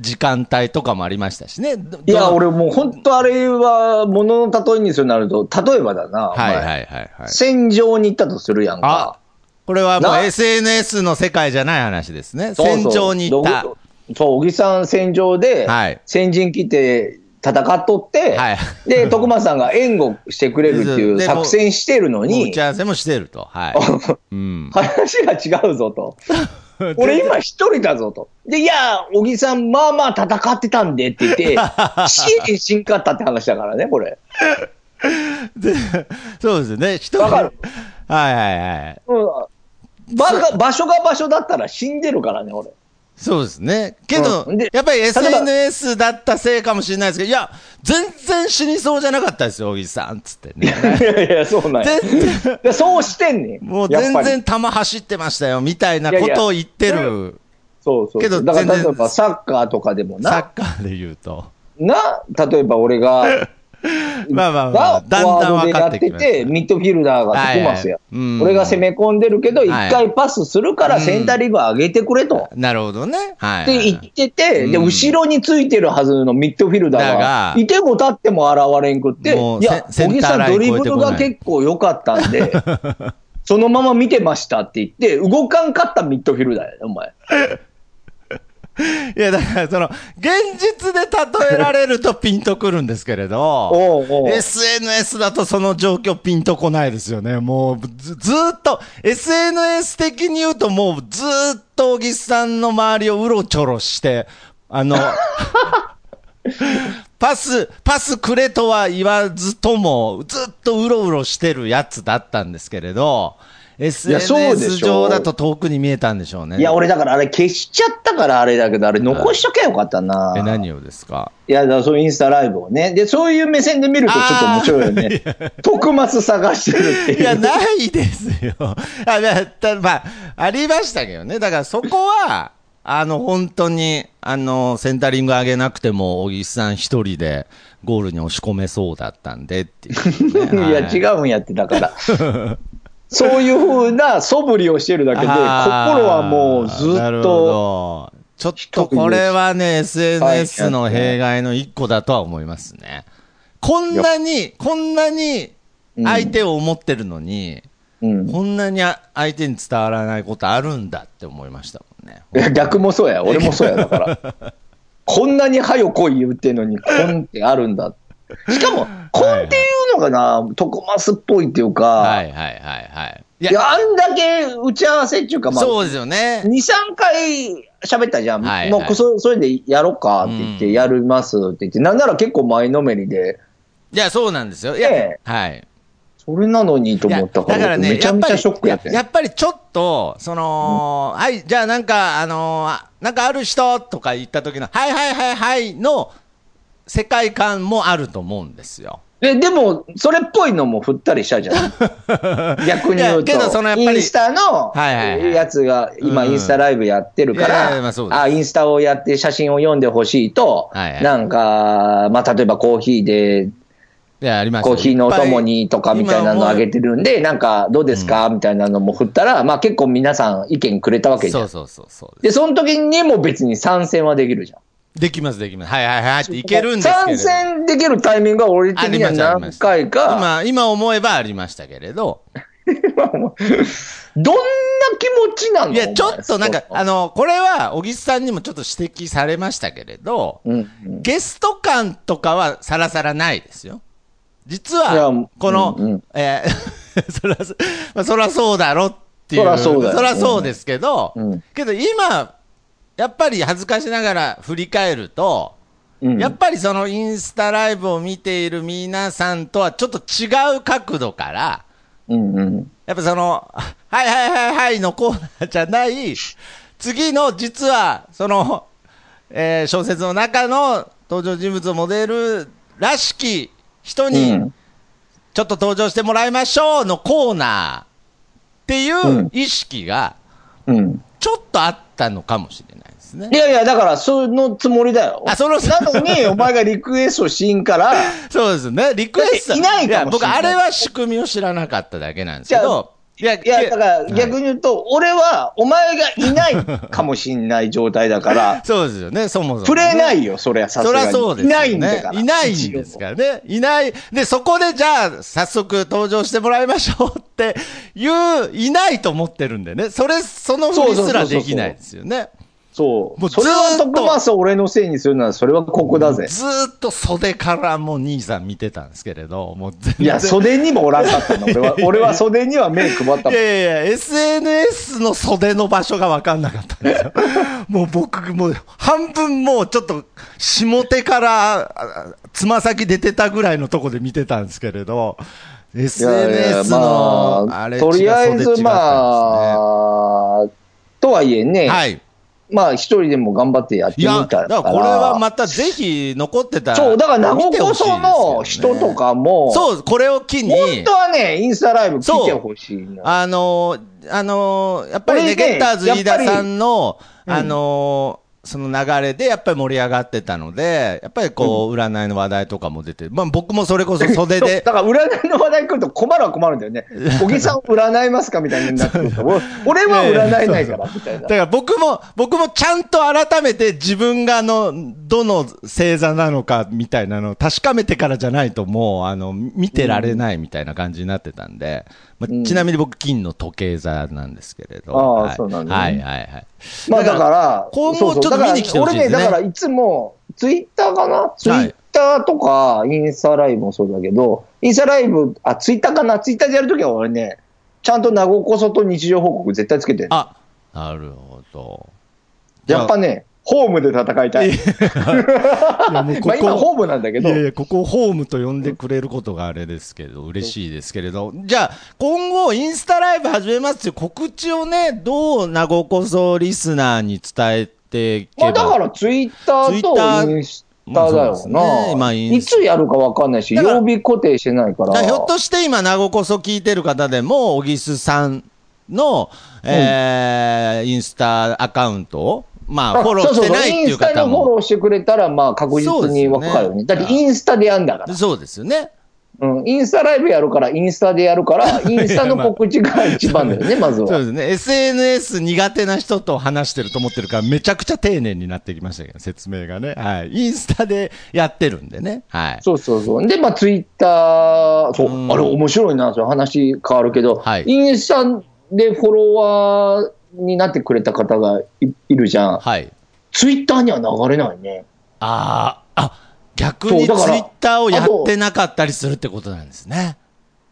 [SPEAKER 2] 時間帯とかもありましたしね。ど
[SPEAKER 1] いや、
[SPEAKER 2] どう
[SPEAKER 1] 俺もう本当あれは物の例えにするなると、例えばだな、お
[SPEAKER 2] は
[SPEAKER 1] 前
[SPEAKER 2] いはいはいはい。
[SPEAKER 1] 戦場に行ったとするやんか
[SPEAKER 2] あ。これはもう
[SPEAKER 1] な
[SPEAKER 2] SNS の世界じゃない話ですね。
[SPEAKER 1] そう
[SPEAKER 2] 戦場に行っ
[SPEAKER 1] そ
[SPEAKER 2] た
[SPEAKER 1] う。どそう、小木さん戦場で
[SPEAKER 2] はい、
[SPEAKER 1] 先陣来て戦っとって、
[SPEAKER 2] はい
[SPEAKER 1] で、徳松さんが援護してくれるっていう
[SPEAKER 2] でも
[SPEAKER 1] 作戦してるの
[SPEAKER 2] もう打
[SPEAKER 1] に
[SPEAKER 2] ち、合わせもしてると。 はい。うん。
[SPEAKER 1] 話が違うぞと。俺今一人だぞと。で、いや、小木さん、まあまあ戦ってたんでって言 って、支援しんかったって話だからね、これ。
[SPEAKER 2] そうですね。人
[SPEAKER 1] わかる
[SPEAKER 2] はいはいはい。
[SPEAKER 1] うん場が、場所が場所だったら死んでるからね、 俺。
[SPEAKER 2] そうですね。けど、
[SPEAKER 1] うんで
[SPEAKER 2] やっぱり
[SPEAKER 1] ば
[SPEAKER 2] SNS だったせいかもしれないですけど、いや、全然死にそうじゃなかったですよ、小木さん。つってね。
[SPEAKER 1] いやいや、そうなんや。
[SPEAKER 2] 全然、
[SPEAKER 1] でそうしてんねん。
[SPEAKER 2] もう
[SPEAKER 1] やっ
[SPEAKER 2] 全
[SPEAKER 1] ぱり
[SPEAKER 2] 然球走ってましたよ、みたいなことを言って
[SPEAKER 1] いやい
[SPEAKER 2] る、
[SPEAKER 1] そうそう。
[SPEAKER 2] けど
[SPEAKER 1] だから
[SPEAKER 2] 全
[SPEAKER 1] 例え
[SPEAKER 2] 然
[SPEAKER 1] ばサッカーとかでもな、
[SPEAKER 2] サッカーで言うと。
[SPEAKER 1] な、例えば俺が、
[SPEAKER 2] まあまあまあ、
[SPEAKER 1] が
[SPEAKER 2] だんだん分かってき
[SPEAKER 1] フォワードでやっ
[SPEAKER 2] ま
[SPEAKER 1] て
[SPEAKER 2] す
[SPEAKER 1] て、。ミッドフィルダーがつきますよ。
[SPEAKER 2] はいはいうん
[SPEAKER 1] 俺が攻め込んでるけど、一回パスするからセンターリーバー上げてくれと。
[SPEAKER 2] なるほどね。はい。
[SPEAKER 1] って言ってて、
[SPEAKER 2] うん
[SPEAKER 1] で、後ろについてるはずのミッドフィルダー
[SPEAKER 2] だが
[SPEAKER 1] が、いても立っても現れんくって、
[SPEAKER 2] もう
[SPEAKER 1] いや、
[SPEAKER 2] セ
[SPEAKER 1] 小木
[SPEAKER 2] ンセンター
[SPEAKER 1] さ
[SPEAKER 2] ラ
[SPEAKER 1] ん
[SPEAKER 2] イン
[SPEAKER 1] ドリブルが結構良かったんで、そのまま見てましたって言って、動かんかったミッドフィルダーやで、お前。
[SPEAKER 2] いや、だから、その、現実で例えられるとピンとくるんですけれど、
[SPEAKER 1] おうおう
[SPEAKER 2] SNS だとその状況ピンとこないですよね。もうず、ずーっと、SNS 的に言うともうずーっと小木さんの周りをうろちょろして、あの、パス、パスくれとは言わずとも、ずっとうろうろしてるやつだったんですけれど、
[SPEAKER 1] そうで
[SPEAKER 2] SNS
[SPEAKER 1] しょ
[SPEAKER 2] 上だと遠くに見えたんでしょうね。
[SPEAKER 1] いや、俺だからあれ消しちゃったからあれだけど、あれ残しとけばよかったな。
[SPEAKER 2] え、何をですか
[SPEAKER 1] いや、だからそういうインスタライブをね。で、そういう目線で見るとちょっと面白いよ ね。特末探してるっていう。
[SPEAKER 2] いや、ないですよ。あ、だたまあ、ありましたけどね。だからそこは、あの、本当に、あの、センタリング上げなくても、小木さん一人でゴールに押し込めそうだったんでっていう、ね。
[SPEAKER 1] いや、違うんやって、だ から。そういうふうな素振りをしてるだけで、心
[SPEAKER 2] あー
[SPEAKER 1] はもうず
[SPEAKER 2] なる
[SPEAKER 1] っ
[SPEAKER 2] ほ
[SPEAKER 1] と、
[SPEAKER 2] どちょっとこれはね、SNS の弊害の一個だとは思いますね。こんなに、こんなに相手を思ってるのに、
[SPEAKER 1] うん、
[SPEAKER 2] こんなにあ相手に伝わらないことあるんだって思いましたもんね。
[SPEAKER 1] いや逆もそうや、俺もそうや、だから。 こんなに早よ来い言うてんのに、こんってあるんだ。しかも、こんっていうのがな、徳スっぽいっていうか、
[SPEAKER 2] はいはいはいはい。い
[SPEAKER 1] い、や、あんだけ打ち合わせっていうか、まあ、
[SPEAKER 2] そうですよね
[SPEAKER 1] 2、。3回喋ったじゃん。
[SPEAKER 2] はいはい
[SPEAKER 1] もうそ、それでやろうかって言っ
[SPEAKER 2] うん
[SPEAKER 1] て、やりますって言って、なんなら結構前のめりで、
[SPEAKER 2] いや、そうなんですよ。いや、
[SPEAKER 1] え
[SPEAKER 2] はい。
[SPEAKER 1] それなのにと
[SPEAKER 2] いや
[SPEAKER 1] 思ったから、めちゃめちゃショックやって
[SPEAKER 2] ややっぱりちょっと、その、はい、じゃあなんか、あのーあなんかある人とか言った時の、はいはいはいはいの世界観もあると思うんですよ。
[SPEAKER 1] ででも、それっぽいのも振ったりしたじゃ ん。逆に言うと。
[SPEAKER 2] いやけどそのやっぱり
[SPEAKER 1] インスタの
[SPEAKER 2] はいはいはい
[SPEAKER 1] やつが今
[SPEAKER 2] うん
[SPEAKER 1] インスタライブやってるか
[SPEAKER 2] いやいやいやまあ
[SPEAKER 1] ら
[SPEAKER 2] そう、です
[SPEAKER 1] あ、インスタをやって写真を読んでほしいと、
[SPEAKER 2] はいはい
[SPEAKER 1] なんか、まあ、例えばコーヒーで、
[SPEAKER 2] いや、あります
[SPEAKER 1] コーヒーのお供にとかみたいなのをあげ
[SPEAKER 2] て
[SPEAKER 1] てるんで、なんかどうですかみたいなのも振ったら、まあ結構皆さん意見くれたわけじゃ。
[SPEAKER 2] そうんそうそうそうで
[SPEAKER 1] で、その時にも別に参戦はできるじゃん。
[SPEAKER 2] す。できますできます。はいはいはいっていけるんですけれど。
[SPEAKER 1] 参戦できるタイミングは俺的
[SPEAKER 2] あり
[SPEAKER 1] に
[SPEAKER 2] ま
[SPEAKER 1] は
[SPEAKER 2] したありま
[SPEAKER 1] 何
[SPEAKER 2] した
[SPEAKER 1] 回か。
[SPEAKER 2] 今、今思えばありましたけれど。
[SPEAKER 1] どんな気持ちなの
[SPEAKER 2] いや、ちょっとなんか、あ
[SPEAKER 1] の、
[SPEAKER 2] の、これは、小木さんにもちょっと指摘されましたけれど、
[SPEAKER 1] うんうん
[SPEAKER 2] ゲスト感とかはさらさらないですよ。実
[SPEAKER 1] いや
[SPEAKER 2] は、この、
[SPEAKER 1] うんうん
[SPEAKER 2] えー そらそ、まあ、そらそうだろっていう。
[SPEAKER 1] そらそうだよ
[SPEAKER 2] そらそうですけど、
[SPEAKER 1] うん
[SPEAKER 2] けど今、やっぱり恥ずかしながら振り返ると、
[SPEAKER 1] うん
[SPEAKER 2] やっぱりそのインスタライブを見ている皆さんとはちょっと違う角度から、
[SPEAKER 1] うんうん
[SPEAKER 2] やっぱその、 はいはいはいはいのコーナーじゃない、次の実は、その、えー小説の中の登場人物をモデルらしき人
[SPEAKER 1] う
[SPEAKER 2] に
[SPEAKER 1] ん、
[SPEAKER 2] ちょっと登場してもらいましょうのコーナーっていうん意識が、
[SPEAKER 1] うん
[SPEAKER 2] ちょっとあったのかもしれないですね
[SPEAKER 1] い。やいや、だから、そのつもりだよ。
[SPEAKER 2] あその
[SPEAKER 1] なのに、お前がリクエストしん から、
[SPEAKER 2] そうですね。リクエ
[SPEAKER 1] だ
[SPEAKER 2] スト。
[SPEAKER 1] っていないかもしれない
[SPEAKER 2] や僕、あれは仕組みを知らなかっただけなんですけど。いや、い
[SPEAKER 1] いや、だから逆
[SPEAKER 2] に。
[SPEAKER 1] に言うと、俺はお前がいないかもしんない状態だから、
[SPEAKER 2] そうですよね、そもそもね。
[SPEAKER 1] 触れないよ、それはさす
[SPEAKER 2] そり
[SPEAKER 1] が
[SPEAKER 2] ゃ
[SPEAKER 1] に。
[SPEAKER 2] そうですよ、ね。
[SPEAKER 1] いないんだから。
[SPEAKER 2] いないんですからね。いない。で、そこでじゃあ、早速登場してもらいましょうっていう、いないと思ってるんでね。それ、そのふりすらできないですよね。
[SPEAKER 1] そう。
[SPEAKER 2] もうず
[SPEAKER 1] そ
[SPEAKER 2] ーっと
[SPEAKER 1] れは徳松を俺のせいにするなら、それはここだぜ。
[SPEAKER 2] ずーっと袖からもう兄さん見てたんですけれど、もう全然。
[SPEAKER 1] いや、袖にもおらんかったの。俺は、俺は袖には目配ったもん
[SPEAKER 2] い。やいやいや、SNS の袖の場所が分かんなかったんで すよ。もう僕、もう半分もうちょっと下手からああつま先出てたぐらいのとこで見てたんですけれど、 SNS のあれ
[SPEAKER 1] とりあえず、ま
[SPEAKER 2] あ、
[SPEAKER 1] あ、とはいえね、
[SPEAKER 2] はい。
[SPEAKER 1] まあ、一人でも頑張ってやってみ
[SPEAKER 2] いや、だ
[SPEAKER 1] た。
[SPEAKER 2] かららこれはまたぜひ残ってたら、
[SPEAKER 1] そう、だから、名古こその
[SPEAKER 2] 見てほしい
[SPEAKER 1] 人
[SPEAKER 2] ですよね
[SPEAKER 1] とかも、
[SPEAKER 2] そう、これを機に、
[SPEAKER 1] 本当はね、インスタライブ来てほしいな。
[SPEAKER 2] あのーあのーやっぱりね、
[SPEAKER 1] これね
[SPEAKER 2] ゲッターズ飯田さんの、
[SPEAKER 1] やっぱり
[SPEAKER 2] あ
[SPEAKER 1] うん
[SPEAKER 2] のーその流れでやっぱり盛り上がってたので、やっぱりこう、占いの話題とかも出て、まあ僕もそれこそ袖
[SPEAKER 1] そう
[SPEAKER 2] で、
[SPEAKER 1] だから占いの話題来ると困るは困るんだ よね。小木さん占いますかみたいになってくると俺俺は占えないから、みたい
[SPEAKER 2] だ
[SPEAKER 1] な
[SPEAKER 2] か。ら僕も、僕もちゃんと改めて自分があの、どの星座なのかみたいなのを確かめてからじゃないともう、あの、見てられないみたいな感じになってたんで、まあ
[SPEAKER 1] うん
[SPEAKER 2] ちなみに僕、金の時計座なんですけれど。
[SPEAKER 1] ああ
[SPEAKER 2] はい
[SPEAKER 1] そうなんだね
[SPEAKER 2] はいはいはい。
[SPEAKER 1] まあだから、
[SPEAKER 2] 今後
[SPEAKER 1] そうそう
[SPEAKER 2] ちょっと見に来てほしいですね
[SPEAKER 1] だから俺ね、だからいつも、ツイッターかなツイッターとか、インスタライブもそうだけど、インスタライブ、あ、ツイッターかなツイッターでやるときは俺ね、ちゃんと名護こそと日常報告絶対つけてる。
[SPEAKER 2] あ、なるほど。
[SPEAKER 1] やっぱね、ホームで戦いたい。
[SPEAKER 2] いやもうこ
[SPEAKER 1] まあ今
[SPEAKER 2] こ、
[SPEAKER 1] ホームなんだけ
[SPEAKER 2] い
[SPEAKER 1] ど、
[SPEAKER 2] やいや、ここをホームと呼んでくれることがあれですけど、嬉しいですけれど、じゃあ、今後、インスタライブ始めますっていう告知をね、どう、名護こそリスナーに伝えていけ
[SPEAKER 1] ま
[SPEAKER 2] ば、
[SPEAKER 1] あだからツイッターとインスタだよ
[SPEAKER 2] まあそうですねま
[SPEAKER 1] な。
[SPEAKER 2] あイン
[SPEAKER 1] い
[SPEAKER 2] スタ
[SPEAKER 1] つやるかわかんないし、
[SPEAKER 2] だから
[SPEAKER 1] 曜日固定してないから。
[SPEAKER 2] だからひょっとして今、名護こそ聞いてる方でも、小木須さんの、えーインスタアカウントを、まあ、
[SPEAKER 1] あ
[SPEAKER 2] フォローしてないってい
[SPEAKER 1] そそそイ
[SPEAKER 2] う
[SPEAKER 1] ンスタ
[SPEAKER 2] 方
[SPEAKER 1] にフォ
[SPEAKER 2] も。
[SPEAKER 1] ローしてくれたら、まあ確
[SPEAKER 2] そう
[SPEAKER 1] 実
[SPEAKER 2] です
[SPEAKER 1] に
[SPEAKER 2] よ
[SPEAKER 1] わ
[SPEAKER 2] ね
[SPEAKER 1] かるよね。だってインスタでやるんだから。
[SPEAKER 2] そうですよね。
[SPEAKER 1] うん、インスタライブやるから、インスタでやる から、インスタの告知が一番だよね、まず
[SPEAKER 2] そう
[SPEAKER 1] は。
[SPEAKER 2] ですね。SNS 苦手な人と話してると思ってるから、めちゃくちゃ丁寧になってきましたけど、説明がね。はい。インスタでやってるんでね。はい。
[SPEAKER 1] そうそうそう。で、まあ、ツイッター、そうう、
[SPEAKER 2] ん
[SPEAKER 1] あれ面白いな、それ話変わるけど、
[SPEAKER 2] はい
[SPEAKER 1] インスタでフォロワーになってくれた方がいいるじゃん。
[SPEAKER 2] はい。
[SPEAKER 1] ツイッターには流れないね。
[SPEAKER 2] あーあ、逆
[SPEAKER 1] そ
[SPEAKER 2] に
[SPEAKER 1] う
[SPEAKER 2] ツイ
[SPEAKER 1] だから
[SPEAKER 2] ッターをやってなかったりするってことなんですね。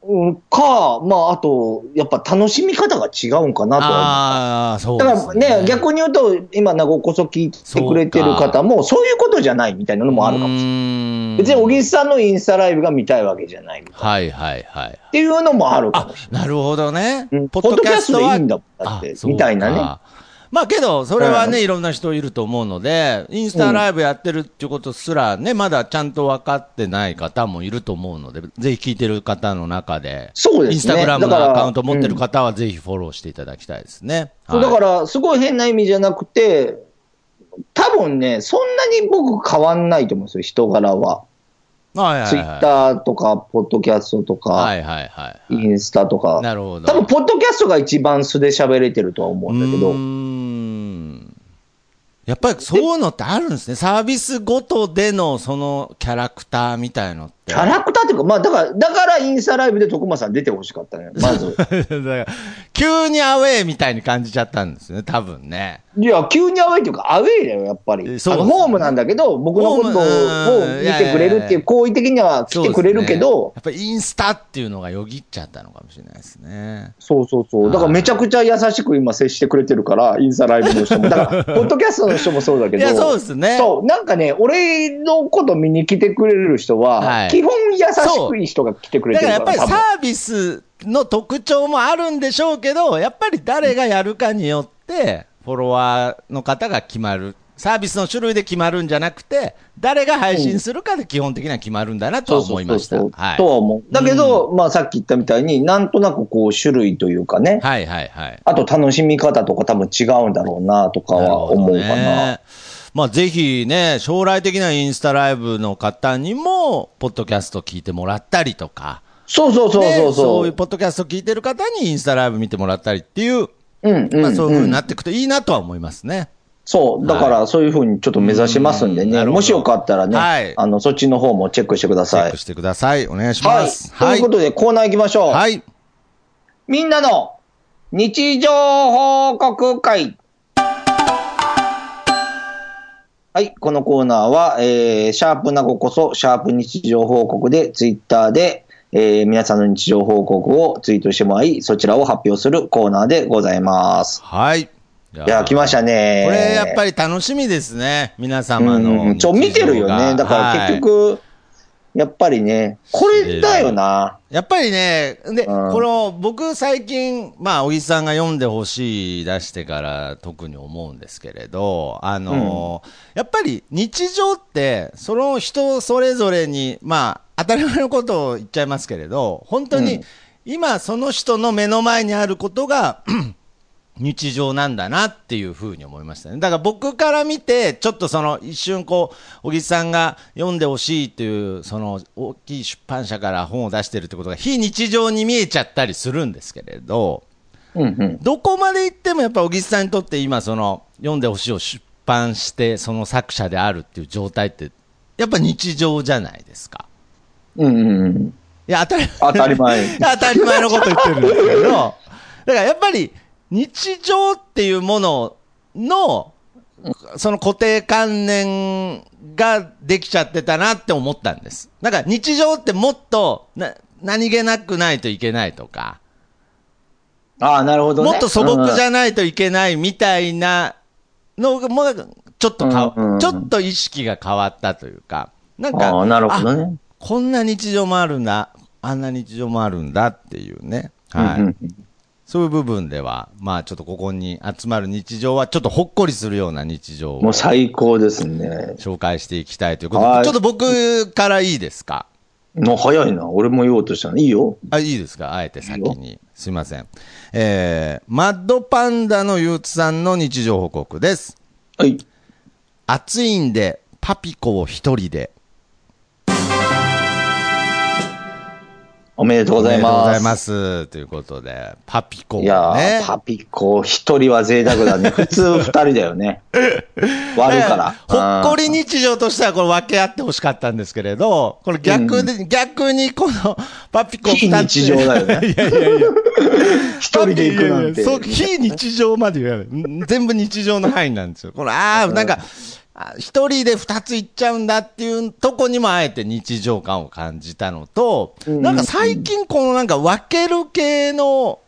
[SPEAKER 1] うん、か、まあ、あと、やっぱ楽しみ方が違うんかなとは思う。
[SPEAKER 2] ああ、そう
[SPEAKER 1] だ
[SPEAKER 2] で
[SPEAKER 1] から
[SPEAKER 2] す
[SPEAKER 1] ね、逆に言うと、今、名護こそ聞いてくれてる方も、そういうことじゃないみたいなのもあるかもしれない。
[SPEAKER 2] れ
[SPEAKER 1] 別に、小木さんのインスタライブが見たいわけじゃないみたいな。
[SPEAKER 2] はいはいはい。
[SPEAKER 1] っていうのもあるか
[SPEAKER 2] あ
[SPEAKER 1] もし、
[SPEAKER 2] なるほどね。
[SPEAKER 1] れない。うんポッドキャストでいいんだもん、だ
[SPEAKER 2] あ
[SPEAKER 1] って、
[SPEAKER 2] そう
[SPEAKER 1] みたいなね。
[SPEAKER 2] かまあけど、それはね、
[SPEAKER 1] う
[SPEAKER 2] いろんな人いると思うので、インスタライブやってるっていうことすらね、まだちゃんと分かってない方もいると思うので、ぜひ聞いてる方の中で、
[SPEAKER 1] そうですね。
[SPEAKER 2] インスタグラム
[SPEAKER 1] だか
[SPEAKER 2] の
[SPEAKER 1] ら
[SPEAKER 2] アカウント持ってる方はぜひフォローしていただきたいですね。
[SPEAKER 1] うん
[SPEAKER 2] はい
[SPEAKER 1] だから、すごい変な意味じゃなくて、多分ね、そんなに僕変わんないと思うんですよ、人柄は。
[SPEAKER 2] はいはい
[SPEAKER 1] ツイ
[SPEAKER 2] は
[SPEAKER 1] ッ
[SPEAKER 2] い
[SPEAKER 1] ターとか、ポッドキャストとか、
[SPEAKER 2] はいはいはいは
[SPEAKER 1] インスタと
[SPEAKER 2] い。な
[SPEAKER 1] か。
[SPEAKER 2] るほど。
[SPEAKER 1] 多分、ポッドキャストが一番素で喋れてるとは思うんだけど
[SPEAKER 2] うー。んやっぱりそういうのってあるんですね。サービスごとでのそのキャラクターみたいのって。
[SPEAKER 1] キャラクターっていうか、まあだから、だからインスタライブで徳間さん出てほしかった ね、まず。
[SPEAKER 2] だから急にアウェーみたいに感じちゃったんですね、多分ね。
[SPEAKER 1] いや、急にアウェイっていうか、アウェイだよ、やっぱり。
[SPEAKER 2] えそう
[SPEAKER 1] あのホームなんだけど、僕のこと
[SPEAKER 2] ホームうん
[SPEAKER 1] を見てくれるって
[SPEAKER 2] いやいやい
[SPEAKER 1] い
[SPEAKER 2] や
[SPEAKER 1] う、好意的には来てくれるけど、
[SPEAKER 2] そうですねやっぱインスタっていうのがよぎっちゃったのかもしれないですね。
[SPEAKER 1] そうそうそう。だからめちゃくちゃ優しく今接してくれてるから、インスタライブの人も。だ から、ポッドキャストの人もそうだけ
[SPEAKER 2] い
[SPEAKER 1] ど。
[SPEAKER 2] や、そうですね。
[SPEAKER 1] そうなんかね、俺のこと見に来てくれる人は、
[SPEAKER 2] はい
[SPEAKER 1] 基本優しくいい人が来てくれ
[SPEAKER 2] だ
[SPEAKER 1] て
[SPEAKER 2] か
[SPEAKER 1] る
[SPEAKER 2] ら
[SPEAKER 1] か
[SPEAKER 2] や
[SPEAKER 1] ら、
[SPEAKER 2] っぱり
[SPEAKER 1] 多
[SPEAKER 2] サ
[SPEAKER 1] 分
[SPEAKER 2] ービスの特徴もあるんでしょうけど、やっぱり誰がやるかによって、フォロワーの方が決まる。サービスの種類で決まるんじゃなくて、誰が配信するかで基本的には決まるんだなとは思いました。
[SPEAKER 1] そ
[SPEAKER 2] は
[SPEAKER 1] うそうそうそう
[SPEAKER 2] い
[SPEAKER 1] と。は思う。だけど、まあさっき言ったみたいに、なんとなくこう種類というかね、
[SPEAKER 2] はいはいはい。
[SPEAKER 1] あと楽しみ方とか多分違うんだろうなとか
[SPEAKER 2] なる
[SPEAKER 1] は
[SPEAKER 2] ほ
[SPEAKER 1] 思
[SPEAKER 2] ど
[SPEAKER 1] うかな。
[SPEAKER 2] ね。まあ、ぜひね、将来的なインスタライブの方にも、ポッドキャスト聞いてもらったりとか、
[SPEAKER 1] そうそうそうそう
[SPEAKER 2] ねそう
[SPEAKER 1] そ
[SPEAKER 2] いう
[SPEAKER 1] う。
[SPEAKER 2] ポッドキャスト聞いてる方にインスタライブ見てもらったりっていう、
[SPEAKER 1] うんうん
[SPEAKER 2] まあ、そういう風
[SPEAKER 1] う
[SPEAKER 2] に
[SPEAKER 1] ん
[SPEAKER 2] なっていくといいなとは思いますね。
[SPEAKER 1] そう、だからそういうふうにちょっと目指しますんで
[SPEAKER 2] うんな
[SPEAKER 1] ね、
[SPEAKER 2] るほど
[SPEAKER 1] もしよかったらね、
[SPEAKER 2] はい
[SPEAKER 1] あのそっちの方もチェックしてくだ
[SPEAKER 2] チェ
[SPEAKER 1] さ
[SPEAKER 2] ッ
[SPEAKER 1] い
[SPEAKER 2] ク。してください。お願いし
[SPEAKER 1] は
[SPEAKER 2] ま
[SPEAKER 1] い
[SPEAKER 2] す。。
[SPEAKER 1] ということで、コーナー行きましょう。
[SPEAKER 2] はい。
[SPEAKER 1] みんなの日常報告会。はい、このコーナーは、えー、シャープなごこそ、シャープ日常報告で、ツイッターで、えー、皆さんの日常報告をツイートしてもらい、そちらを発表するコーナーでございます。
[SPEAKER 2] はい。い
[SPEAKER 1] いや、来ましたね。
[SPEAKER 2] これ、やっぱ
[SPEAKER 1] り、
[SPEAKER 2] り楽しみですね。皆様の日常が。
[SPEAKER 1] うん、ちょ、見てるよね。だから結
[SPEAKER 2] はい、
[SPEAKER 1] 局、やっぱりね、これだよな。
[SPEAKER 2] やっぱりね、で、
[SPEAKER 1] うん
[SPEAKER 2] この、僕最近、まあ、おじさんが読んでほしい出してから特に思うんですけれど、あのーやっぱり日常って、その人それぞれに、まあ、当たり前のことを言っちゃいますけれど、本当
[SPEAKER 1] う
[SPEAKER 2] に
[SPEAKER 1] ん、
[SPEAKER 2] 今その人の目の前にあることが、日常なんだなっていうふうに思いましたね。だから僕から見て、ちょっとその一瞬こう、小木さんが読んでほしいっていう、その大きい出版社から本を出してるってことが非日常に見えちゃったりするんですけれど、
[SPEAKER 1] うんうん。
[SPEAKER 2] どこまで行ってもやっぱ小木さんにとって今その読んでほしいを出版して、その作者であるっていう状態って、やっぱ日常じゃないですか。
[SPEAKER 1] うんうんうん。
[SPEAKER 2] いや、当たり
[SPEAKER 1] 当たり前。
[SPEAKER 2] 当たり前のこと言ってるんですけど、だからやっぱり日常っていうものの、その固定観念ができちゃってたなって思ったんです。だから日常ってもっとな何気なくないといけないとか、
[SPEAKER 1] ああ、なるほどね。
[SPEAKER 2] もっと素朴じ
[SPEAKER 1] ゃ、
[SPEAKER 2] ゃないといけないみたいなのが、もうちょっとか、
[SPEAKER 1] うんうん
[SPEAKER 2] ちょっと意識が変わったというか、なん
[SPEAKER 1] あ
[SPEAKER 2] か、
[SPEAKER 1] あ、なるほどね。
[SPEAKER 2] こんな日常もあるんだ、あんな日常もあるんだっていうね。はい。
[SPEAKER 1] うんうん
[SPEAKER 2] そういう部分では、まあちょっとここに集まる日常は、ちょっとほっこりするような日常
[SPEAKER 1] も
[SPEAKER 2] を
[SPEAKER 1] う最高ですね。
[SPEAKER 2] 紹介していきたいということで、
[SPEAKER 1] はい
[SPEAKER 2] ちょっと僕からいいですか
[SPEAKER 1] の早いな。俺も言おうとしたの。いいよ。
[SPEAKER 2] あ、いいですかあえて先に。すいません。えー、マッドパンダのゆうつさんの日常報告です。
[SPEAKER 1] はい。
[SPEAKER 2] 暑いんで、パピコを一人で。
[SPEAKER 1] おめでとうご
[SPEAKER 2] ご
[SPEAKER 1] ざいます。
[SPEAKER 2] ございます。ということで、パピコを
[SPEAKER 1] いやー、
[SPEAKER 2] ね。
[SPEAKER 1] パピコ、一人は贅沢だ ね。普通二人だよね。割るから。
[SPEAKER 2] ほっこり日常としてはこれ分け合ってほしかったんですけれど、これ逆で、逆にこのパピコ
[SPEAKER 1] 非
[SPEAKER 2] 二つ
[SPEAKER 1] 日常だよね
[SPEAKER 2] いやいやいや。
[SPEAKER 1] うん 一人で行くなんて。
[SPEAKER 2] いやいやそう、非日常まで言わないうん。全部日常の範囲なんですよ。これ、ああ、なんか、あ一人で二つ行っちゃうんだっていうとこにもあえて日常感を感じたのと、
[SPEAKER 1] うん
[SPEAKER 2] なんか最近このなんか分ける系の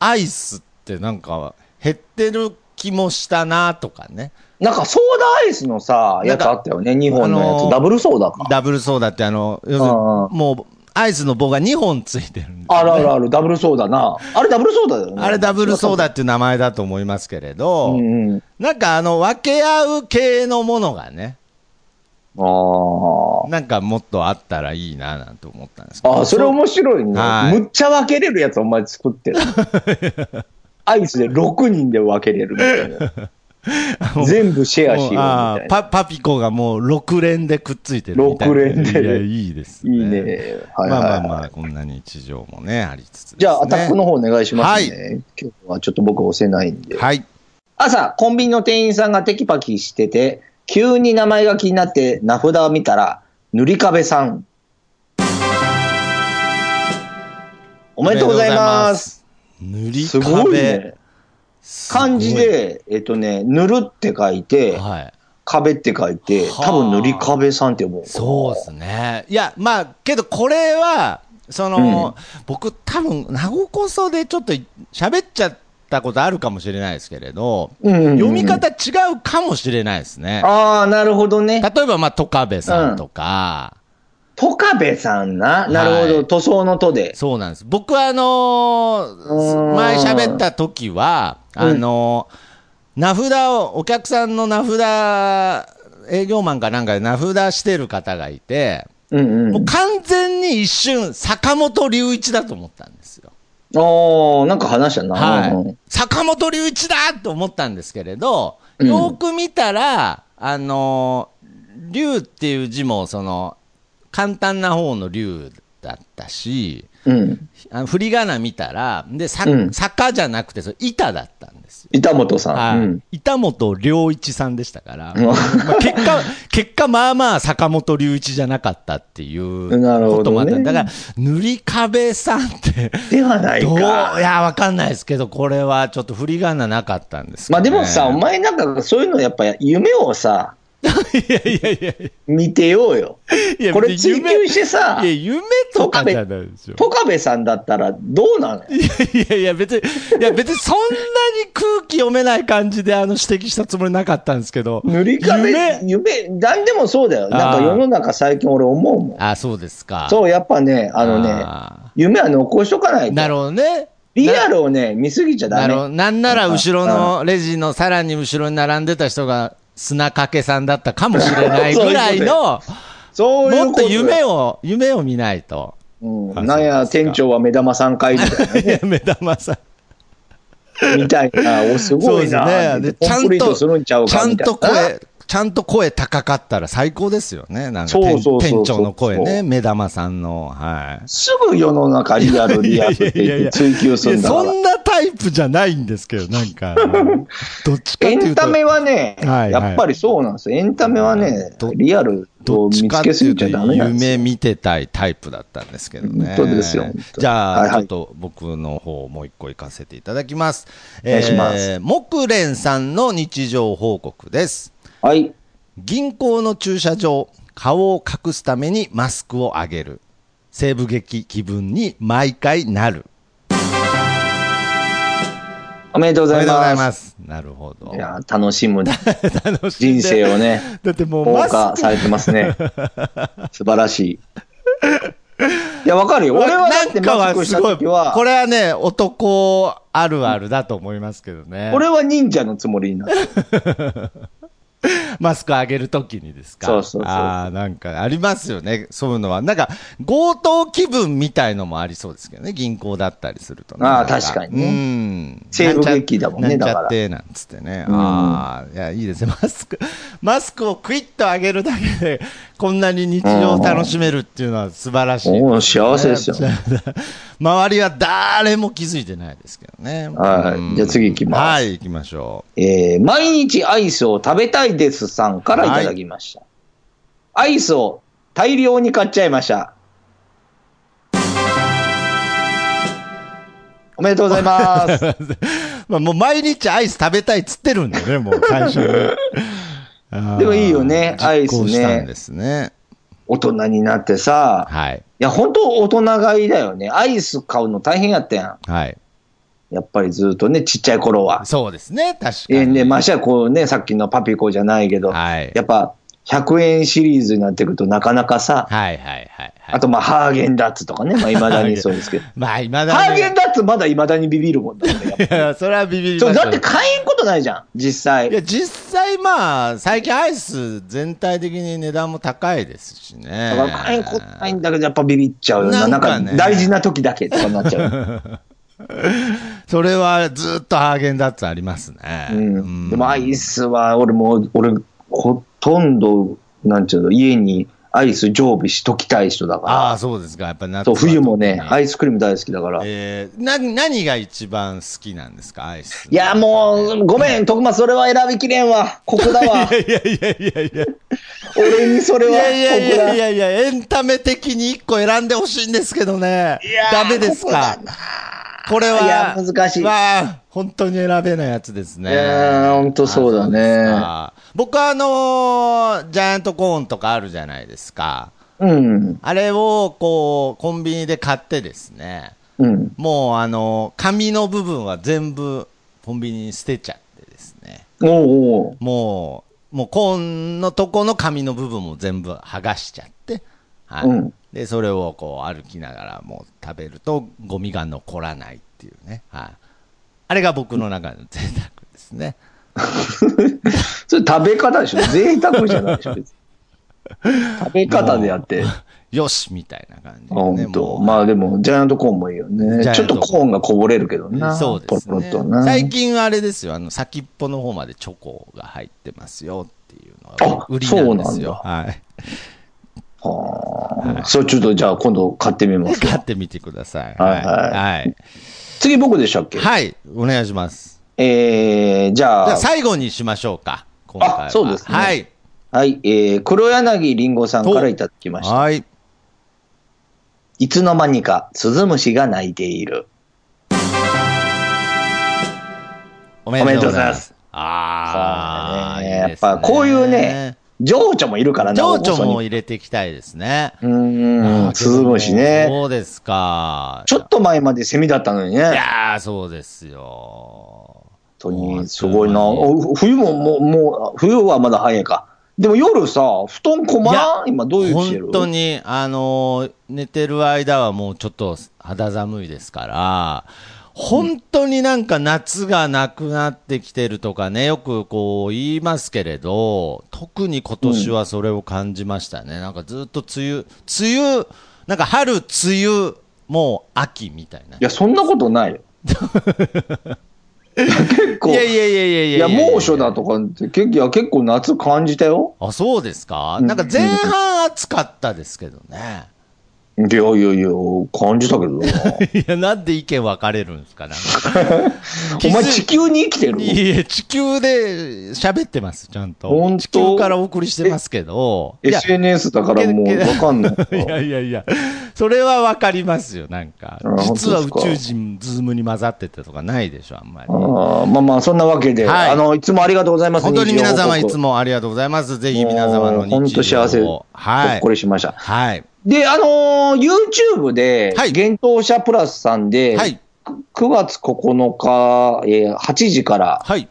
[SPEAKER 2] アイスってなんか減ってる気もしたなとかね。
[SPEAKER 1] なんかソーダアイスのさ、やつあったよね。日本のやつ。
[SPEAKER 2] あのー
[SPEAKER 1] ダブルソーダか。
[SPEAKER 2] ダブルソーダってあの、要するに
[SPEAKER 1] ああ
[SPEAKER 2] もう、アイスの棒が2本ついてるんですよ
[SPEAKER 1] あるあるある、ダブルソーダな。あれダブルソーダだよね。
[SPEAKER 2] あれダブルソー
[SPEAKER 1] ダ。
[SPEAKER 2] ダっていう名前だと思いますけれ
[SPEAKER 1] う
[SPEAKER 2] ど、
[SPEAKER 1] んうん。
[SPEAKER 2] なんかあの、分け合う系のものがね、
[SPEAKER 1] あ
[SPEAKER 2] なんかもっとあったらいいななんて思ったんですけ
[SPEAKER 1] あ。
[SPEAKER 2] ど。
[SPEAKER 1] ああ、それ面白いね。
[SPEAKER 2] はい
[SPEAKER 1] むっちゃ分けれるやつお前作 ってる。アイスで6人で分けれるみたい な。全部シェアしようみ
[SPEAKER 2] あ
[SPEAKER 1] た
[SPEAKER 2] ー
[SPEAKER 1] いな。
[SPEAKER 2] パパピコがもう6連でくっついてるみたいな。
[SPEAKER 1] 六連で
[SPEAKER 2] いや、いいですね。
[SPEAKER 1] いいね。はいはい、
[SPEAKER 2] ま
[SPEAKER 1] は
[SPEAKER 2] あ
[SPEAKER 1] い
[SPEAKER 2] まあまあ、こんな日常もね、ありつつです、ね。
[SPEAKER 1] じゃあ、アタックの方お願いしますね。
[SPEAKER 2] は
[SPEAKER 1] 今日はちょっと僕押せないんで。
[SPEAKER 2] はい。
[SPEAKER 1] 朝、コンビニの店員さんがテキパキしてて、急に名前が気になって名札を見たら、塗り壁さん。お
[SPEAKER 2] お
[SPEAKER 1] めでとうございます。
[SPEAKER 2] めでと
[SPEAKER 1] す
[SPEAKER 2] うござい
[SPEAKER 1] ごい
[SPEAKER 2] ます。塗り壁。
[SPEAKER 1] ね。
[SPEAKER 2] すごい
[SPEAKER 1] 漢字、で、えっとね、塗るって書いて、
[SPEAKER 2] はい。
[SPEAKER 1] 壁って書いて、
[SPEAKER 2] はあ
[SPEAKER 1] 多分塗り壁さんって思う。
[SPEAKER 2] そうですね。いや、まあ、けどこれは、その、僕多分、名古こそでちょっと喋っちゃったことあるかもしれないですけれど、
[SPEAKER 1] うんうんうん
[SPEAKER 2] 読み方違うかもしれないですね。
[SPEAKER 1] ああ、なるほどね。
[SPEAKER 2] 例えば、まあ、トカベさんとか、
[SPEAKER 1] トカベさんな。なるほ
[SPEAKER 2] は
[SPEAKER 1] ど。
[SPEAKER 2] い
[SPEAKER 1] 塗装の塗で。
[SPEAKER 2] そうなんです。僕は、あの
[SPEAKER 1] う
[SPEAKER 2] ー
[SPEAKER 1] ん
[SPEAKER 2] 前喋った時は、あのー名札を、お客さんの名札、営業マンかなんかで名札してる方がいて、
[SPEAKER 1] うんう。
[SPEAKER 2] もうん完全に一瞬、坂本龍一だと思ったんですよ。
[SPEAKER 1] おー、なんか話したな。うんう
[SPEAKER 2] は
[SPEAKER 1] ん
[SPEAKER 2] い。坂本龍一だと思ったんですけれど、
[SPEAKER 1] うん
[SPEAKER 2] よーく見たら、あのー、龍っていう字も、その、簡単な方の龍だったし、
[SPEAKER 1] うん。
[SPEAKER 2] あの振り仮名見たら、で、さ
[SPEAKER 1] うん
[SPEAKER 2] 坂じゃなくて、その板だったんですよ。
[SPEAKER 1] 板本さ
[SPEAKER 2] はい
[SPEAKER 1] ん。うん。
[SPEAKER 2] 板本良一さんでしたから、
[SPEAKER 1] ん
[SPEAKER 2] まあ結果、結果、まあまあ坂本龍一じゃなかったっていう
[SPEAKER 1] なるほどね
[SPEAKER 2] こともあった。だから、塗り壁さんって、
[SPEAKER 1] ではない
[SPEAKER 2] どう、い
[SPEAKER 1] か。
[SPEAKER 2] や、わかんないですけど、これはちょっと振り仮名なかったんですけ
[SPEAKER 1] ま
[SPEAKER 2] ど
[SPEAKER 1] あ
[SPEAKER 2] ね
[SPEAKER 1] でもさ、お前なんかそういうのやっぱ夢をさ、
[SPEAKER 2] いやいやいやい
[SPEAKER 1] 見てようよ。
[SPEAKER 2] やいや、
[SPEAKER 1] これ追
[SPEAKER 2] 夢
[SPEAKER 1] 求してさ
[SPEAKER 2] いや、、夢とかじゃないですよ。
[SPEAKER 1] トカベさんだったらどうなのよ
[SPEAKER 2] いやいやいや、別に、いや別にそんなに空気読めない感じであの指摘したつもりなかったんですけど。
[SPEAKER 1] 塗り壁
[SPEAKER 2] 夢、
[SPEAKER 1] 夢、何でもそうだよ。なん
[SPEAKER 2] あ
[SPEAKER 1] か
[SPEAKER 2] ー
[SPEAKER 1] 世の中最近俺思うもん。
[SPEAKER 2] あ、そうですか。
[SPEAKER 1] そう、やっぱね、あのね、
[SPEAKER 2] あ
[SPEAKER 1] 夢は残しとかない
[SPEAKER 2] ー
[SPEAKER 1] と。
[SPEAKER 2] なるほどね。
[SPEAKER 1] リアルをね、見すぎちゃ
[SPEAKER 2] な
[SPEAKER 1] ダ
[SPEAKER 2] るほど。
[SPEAKER 1] メ。
[SPEAKER 2] なんなら後ろのレジのさらに後ろに並んでた人が砂かけさんだったかもしれないぐらいの、
[SPEAKER 1] そういう
[SPEAKER 2] もっ
[SPEAKER 1] こととよ
[SPEAKER 2] 夢を、夢を見ないと。
[SPEAKER 1] う
[SPEAKER 2] あ
[SPEAKER 1] ん、なん
[SPEAKER 2] そう
[SPEAKER 1] や、
[SPEAKER 2] ですか
[SPEAKER 1] 店長は目玉3回みたい
[SPEAKER 2] いや、目玉さん。
[SPEAKER 1] な、みたいな、お、す
[SPEAKER 2] そう
[SPEAKER 1] ご
[SPEAKER 2] で
[SPEAKER 1] い
[SPEAKER 2] す
[SPEAKER 1] な。
[SPEAKER 2] ね。でち
[SPEAKER 1] コ
[SPEAKER 2] ゃ
[SPEAKER 1] ンプ
[SPEAKER 2] ん
[SPEAKER 1] リート
[SPEAKER 2] と、
[SPEAKER 1] するんちゃう
[SPEAKER 2] ちゃ
[SPEAKER 1] か
[SPEAKER 2] ん
[SPEAKER 1] みたい
[SPEAKER 2] と
[SPEAKER 1] な。
[SPEAKER 2] 声、ちゃんと声高かったら最高ですよね。なんか
[SPEAKER 1] そう
[SPEAKER 2] 店
[SPEAKER 1] そうそうそう
[SPEAKER 2] 店長の声ね、目玉さんの。はい。
[SPEAKER 1] すぐ世の中リアル、リアルって 言って追求するんだか
[SPEAKER 2] いや
[SPEAKER 1] ら
[SPEAKER 2] そ。んなタイプじゃないんですけど、なん か、どっちかって
[SPEAKER 1] エ
[SPEAKER 2] い
[SPEAKER 1] ン
[SPEAKER 2] うと
[SPEAKER 1] タ、メはね、
[SPEAKER 2] はいはい
[SPEAKER 1] やっぱりそうなんですよ。エンタメはね
[SPEAKER 2] ど、
[SPEAKER 1] リアル
[SPEAKER 2] ど
[SPEAKER 1] を
[SPEAKER 2] っち
[SPEAKER 1] 見
[SPEAKER 2] か
[SPEAKER 1] つ
[SPEAKER 2] って
[SPEAKER 1] けす
[SPEAKER 2] い
[SPEAKER 1] ぎ
[SPEAKER 2] う
[SPEAKER 1] ち
[SPEAKER 2] と
[SPEAKER 1] ゃダメなんですよ。
[SPEAKER 2] 夢見てたいタイプだったんですけどね。
[SPEAKER 1] 本当ですよ本当
[SPEAKER 2] じゃあ、
[SPEAKER 1] はいはい
[SPEAKER 2] ちょっと僕の方もう一個行かせていただきます。お
[SPEAKER 1] 願いします
[SPEAKER 2] 木蓮さんの日常報告です。
[SPEAKER 1] はい。
[SPEAKER 2] 銀行の駐車場、顔を隠すためにマスクを上げる。西部劇気分に毎回なる。
[SPEAKER 1] おめでとうご
[SPEAKER 2] お
[SPEAKER 1] ざ
[SPEAKER 2] めで
[SPEAKER 1] い
[SPEAKER 2] とうござい
[SPEAKER 1] ま。
[SPEAKER 2] ますす。なるほど
[SPEAKER 1] い。や、楽しむ
[SPEAKER 2] 楽しんで
[SPEAKER 1] 人生をね、
[SPEAKER 2] だってもうマ
[SPEAKER 1] 謳
[SPEAKER 2] スク
[SPEAKER 1] 歌されてますね。素晴らしい。いや、わかるよ。俺はだってマスクした時は、
[SPEAKER 2] これはね、男あるあるだと思いますけどね。
[SPEAKER 1] 俺は忍者のつもりになる。
[SPEAKER 2] マスク上げるときにですか。
[SPEAKER 1] そうそうそう
[SPEAKER 2] ああ、なんかありますよね。そういうのは。なんか、強盗気分みたいのもありそうですけどね。銀行だったりするとね。
[SPEAKER 1] ああ
[SPEAKER 2] なん
[SPEAKER 1] 確かにね
[SPEAKER 2] うん。
[SPEAKER 1] 西部劇だもんね
[SPEAKER 2] なんち
[SPEAKER 1] だか
[SPEAKER 2] ゃ
[SPEAKER 1] ら
[SPEAKER 2] なんちゃって、なんつってね。ああ、いや、いいですね。マスク、マスクをクイッと上げるだけで、こんなに日常を楽しめるっていうのは素晴らしいですね、
[SPEAKER 1] もう幸せですよ
[SPEAKER 2] 周りは誰も気づいてないですけどね。
[SPEAKER 1] はい
[SPEAKER 2] うん
[SPEAKER 1] じゃあ次行きます
[SPEAKER 2] はい、行きましょ
[SPEAKER 1] えー毎日アイスを食べたいですさんからいただきました。アイスを大量に買っちゃいました。おめでとうござい ます。
[SPEAKER 2] う。まあ、もう毎日アイス食べたいっつってるんだよ ね、もう最初に。あー
[SPEAKER 1] でもいいよねアイスね
[SPEAKER 2] 実行したんですね。
[SPEAKER 1] 大人になってさ、
[SPEAKER 2] はい。
[SPEAKER 1] いや、本当大人買いだよね。アイス買うの大変やったや
[SPEAKER 2] はい。
[SPEAKER 1] ん。やっぱりずっとね、ちっちゃい頃は。
[SPEAKER 2] そうですね、確か
[SPEAKER 1] えー
[SPEAKER 2] に。
[SPEAKER 1] ね、ましてやこうね、さっきのパピコじゃないけど、
[SPEAKER 2] はい。
[SPEAKER 1] やっぱ100円シリーズになってくるとなかなかさ、
[SPEAKER 2] はいはいはいはい。
[SPEAKER 1] あとまあハーゲンダッツとかね、まあ未だにそうですけど。
[SPEAKER 2] まあ、今だに
[SPEAKER 1] ハーゲンダッツまだいまだにビビるもんだもんね
[SPEAKER 2] いや、それはビビり
[SPEAKER 1] そ
[SPEAKER 2] ま
[SPEAKER 1] う
[SPEAKER 2] した
[SPEAKER 1] だ
[SPEAKER 2] よ
[SPEAKER 1] って買えんことないじゃん、実
[SPEAKER 2] いや、
[SPEAKER 1] 際。
[SPEAKER 2] 実際まあ、最近アイス全体的に値段も高いですしね
[SPEAKER 1] だから。買えんことないんだけど、やっぱビビっちゃうよな。
[SPEAKER 2] な
[SPEAKER 1] なんん
[SPEAKER 2] か
[SPEAKER 1] か
[SPEAKER 2] ね
[SPEAKER 1] 大事な時だけとかなっちゃう。
[SPEAKER 2] それはずっとハーゲンダッツありますね。
[SPEAKER 1] うん、でもアイスは俺も、俺、ほとんど、なんちゅうの、家にアイス常備しときたい人だ
[SPEAKER 2] あ
[SPEAKER 1] か
[SPEAKER 2] あ、そうですか。やっぱ夏
[SPEAKER 1] ら。
[SPEAKER 2] は
[SPEAKER 1] そう、冬もね、ア
[SPEAKER 2] イ
[SPEAKER 1] イスクリーム大好きだから。い
[SPEAKER 2] えー、な、何が一番好きなんですか、アイス。
[SPEAKER 1] や、もう、ごめん、徳松、それは選びきれんわ。ここだ わ。
[SPEAKER 2] いやいやいやいやい
[SPEAKER 1] 俺にそれは、ここ
[SPEAKER 2] や
[SPEAKER 1] だ。
[SPEAKER 2] いやいやいやいや、エンタメ的に一個選んでほしいんですけどね。ダメですか。これは、
[SPEAKER 1] いや難しい
[SPEAKER 2] まあ、本当に選べないやつですね。
[SPEAKER 1] いやー本当そうだね
[SPEAKER 2] あそうですか僕はあのージャイアントコーンとかあるじゃないですか。
[SPEAKER 1] うん、
[SPEAKER 2] あれを、こう、コンビニで買ってですね、
[SPEAKER 1] うん。
[SPEAKER 2] もう、あの、紙の部分は全部、コンビニに捨てちゃってですね、
[SPEAKER 1] おうおう
[SPEAKER 2] もう、もう、コーンのとこの紙の部分も全部剥がしちゃって、はい。
[SPEAKER 1] うん
[SPEAKER 2] で、それをこう、歩きながら、もう、食べると、ゴミが残らないっていうね、はい。あれが僕の中の贅沢ですね。
[SPEAKER 1] それ食べ方でしょ贅沢じゃないでしょ別に食べ方であって。
[SPEAKER 2] よしみたいな感じで、ね。
[SPEAKER 1] 本
[SPEAKER 2] も
[SPEAKER 1] 当。
[SPEAKER 2] う
[SPEAKER 1] まあでも、ジャイアントコーンもいいよね
[SPEAKER 2] ジ。ャイ
[SPEAKER 1] ち
[SPEAKER 2] ア
[SPEAKER 1] ょ
[SPEAKER 2] ン
[SPEAKER 1] っ
[SPEAKER 2] トコーン
[SPEAKER 1] とコーンがこぼれるけどな。
[SPEAKER 2] そうです
[SPEAKER 1] ポロ
[SPEAKER 2] ね
[SPEAKER 1] ッとな。
[SPEAKER 2] 最近あれですよ、あの先っぽの方までチョコが入ってますよっていうのが
[SPEAKER 1] あ
[SPEAKER 2] 売りなんですよ。
[SPEAKER 1] そ
[SPEAKER 2] はい、
[SPEAKER 1] はあそう、ちょっとじゃあ今度買ってみます。
[SPEAKER 2] 買ってみてください。
[SPEAKER 1] はいは
[SPEAKER 2] はい、
[SPEAKER 1] 次僕でしたっけ
[SPEAKER 2] はいはいお願いします。
[SPEAKER 1] えー、じ
[SPEAKER 2] じゃ
[SPEAKER 1] ゃ
[SPEAKER 2] あ
[SPEAKER 1] あ、
[SPEAKER 2] 最後にしましょうか、今回は。
[SPEAKER 1] あそうですね
[SPEAKER 2] はい。
[SPEAKER 1] はい、えー、黒柳りんごさんからいただきました。
[SPEAKER 2] はい。
[SPEAKER 1] いつの間にか、スズムシが鳴いている。
[SPEAKER 2] お
[SPEAKER 1] めでとうございます。
[SPEAKER 2] ああ、
[SPEAKER 1] そうだね
[SPEAKER 2] いいです
[SPEAKER 1] やっぱこういうね、情緒もいるからな、
[SPEAKER 2] 情緒も
[SPEAKER 1] い
[SPEAKER 2] 入れていきたいですね。
[SPEAKER 1] る。うん
[SPEAKER 2] あ
[SPEAKER 1] う
[SPEAKER 2] ー
[SPEAKER 1] ん、鈴虫
[SPEAKER 2] けど
[SPEAKER 1] ね。
[SPEAKER 2] そうですか。
[SPEAKER 1] ちょっと前までセミだったのにね。
[SPEAKER 2] いやー、そうですよ。
[SPEAKER 1] 本
[SPEAKER 2] も
[SPEAKER 1] 当
[SPEAKER 2] う
[SPEAKER 1] に、すごいな。お冬も、もう、もう、冬はまだ早いか。でも夜さ、布団こまらん今どういうしてる
[SPEAKER 2] 本当に、あのー寝てる間はもうちょっと肌寒いですから、本当になんか夏がなくなってきてるとかね、よくこう言いますけれど、特に今年はそれを感じましたね。なんかずっと梅雨、梅雨、なんか春、梅雨、もう秋みたいな。
[SPEAKER 1] いや、そんなこと ないよ。結構、
[SPEAKER 2] いや
[SPEAKER 1] い
[SPEAKER 2] いやいやいやい
[SPEAKER 1] や、猛暑だとかって、結構いや結構夏感じたよ。
[SPEAKER 2] あ、そうですか、
[SPEAKER 1] うん
[SPEAKER 2] なんか前半暑かったですけど ね。
[SPEAKER 1] いやいやいや、感じたけど な。
[SPEAKER 2] いや、なんで意見分かれるんですかなんか
[SPEAKER 1] お前地球に生きてる
[SPEAKER 2] いえ、地球で喋ってます、ちゃんと。
[SPEAKER 1] 本当
[SPEAKER 2] 地球からお送りしてますけど。いや、
[SPEAKER 1] ?SNS だからもう
[SPEAKER 2] けけ
[SPEAKER 1] わかんない。
[SPEAKER 2] いやいやいや、それはわかりますよ、なんか
[SPEAKER 1] あ。
[SPEAKER 2] 実は
[SPEAKER 1] 本
[SPEAKER 2] 宇
[SPEAKER 1] 当
[SPEAKER 2] 宙
[SPEAKER 1] ですか
[SPEAKER 2] 人、ズームに混ざってたとかないでしょ、あんまり。
[SPEAKER 1] あーまあまあ、そんなわけで、
[SPEAKER 2] はい
[SPEAKER 1] あの、いつもありがとうございます。
[SPEAKER 2] 本当に皆様
[SPEAKER 1] 日常報
[SPEAKER 2] い
[SPEAKER 1] 告
[SPEAKER 2] つもありがとうございます。ぜひ皆様の日常を。
[SPEAKER 1] もう本当幸せ
[SPEAKER 2] は
[SPEAKER 1] ほっ
[SPEAKER 2] い
[SPEAKER 1] こ。りしました。
[SPEAKER 2] はい。
[SPEAKER 1] で、あのー YouTube で、
[SPEAKER 2] はい
[SPEAKER 1] 幻冬者プラスさんで、
[SPEAKER 2] はい。
[SPEAKER 1] 9月9日、えー8時から、
[SPEAKER 2] はい。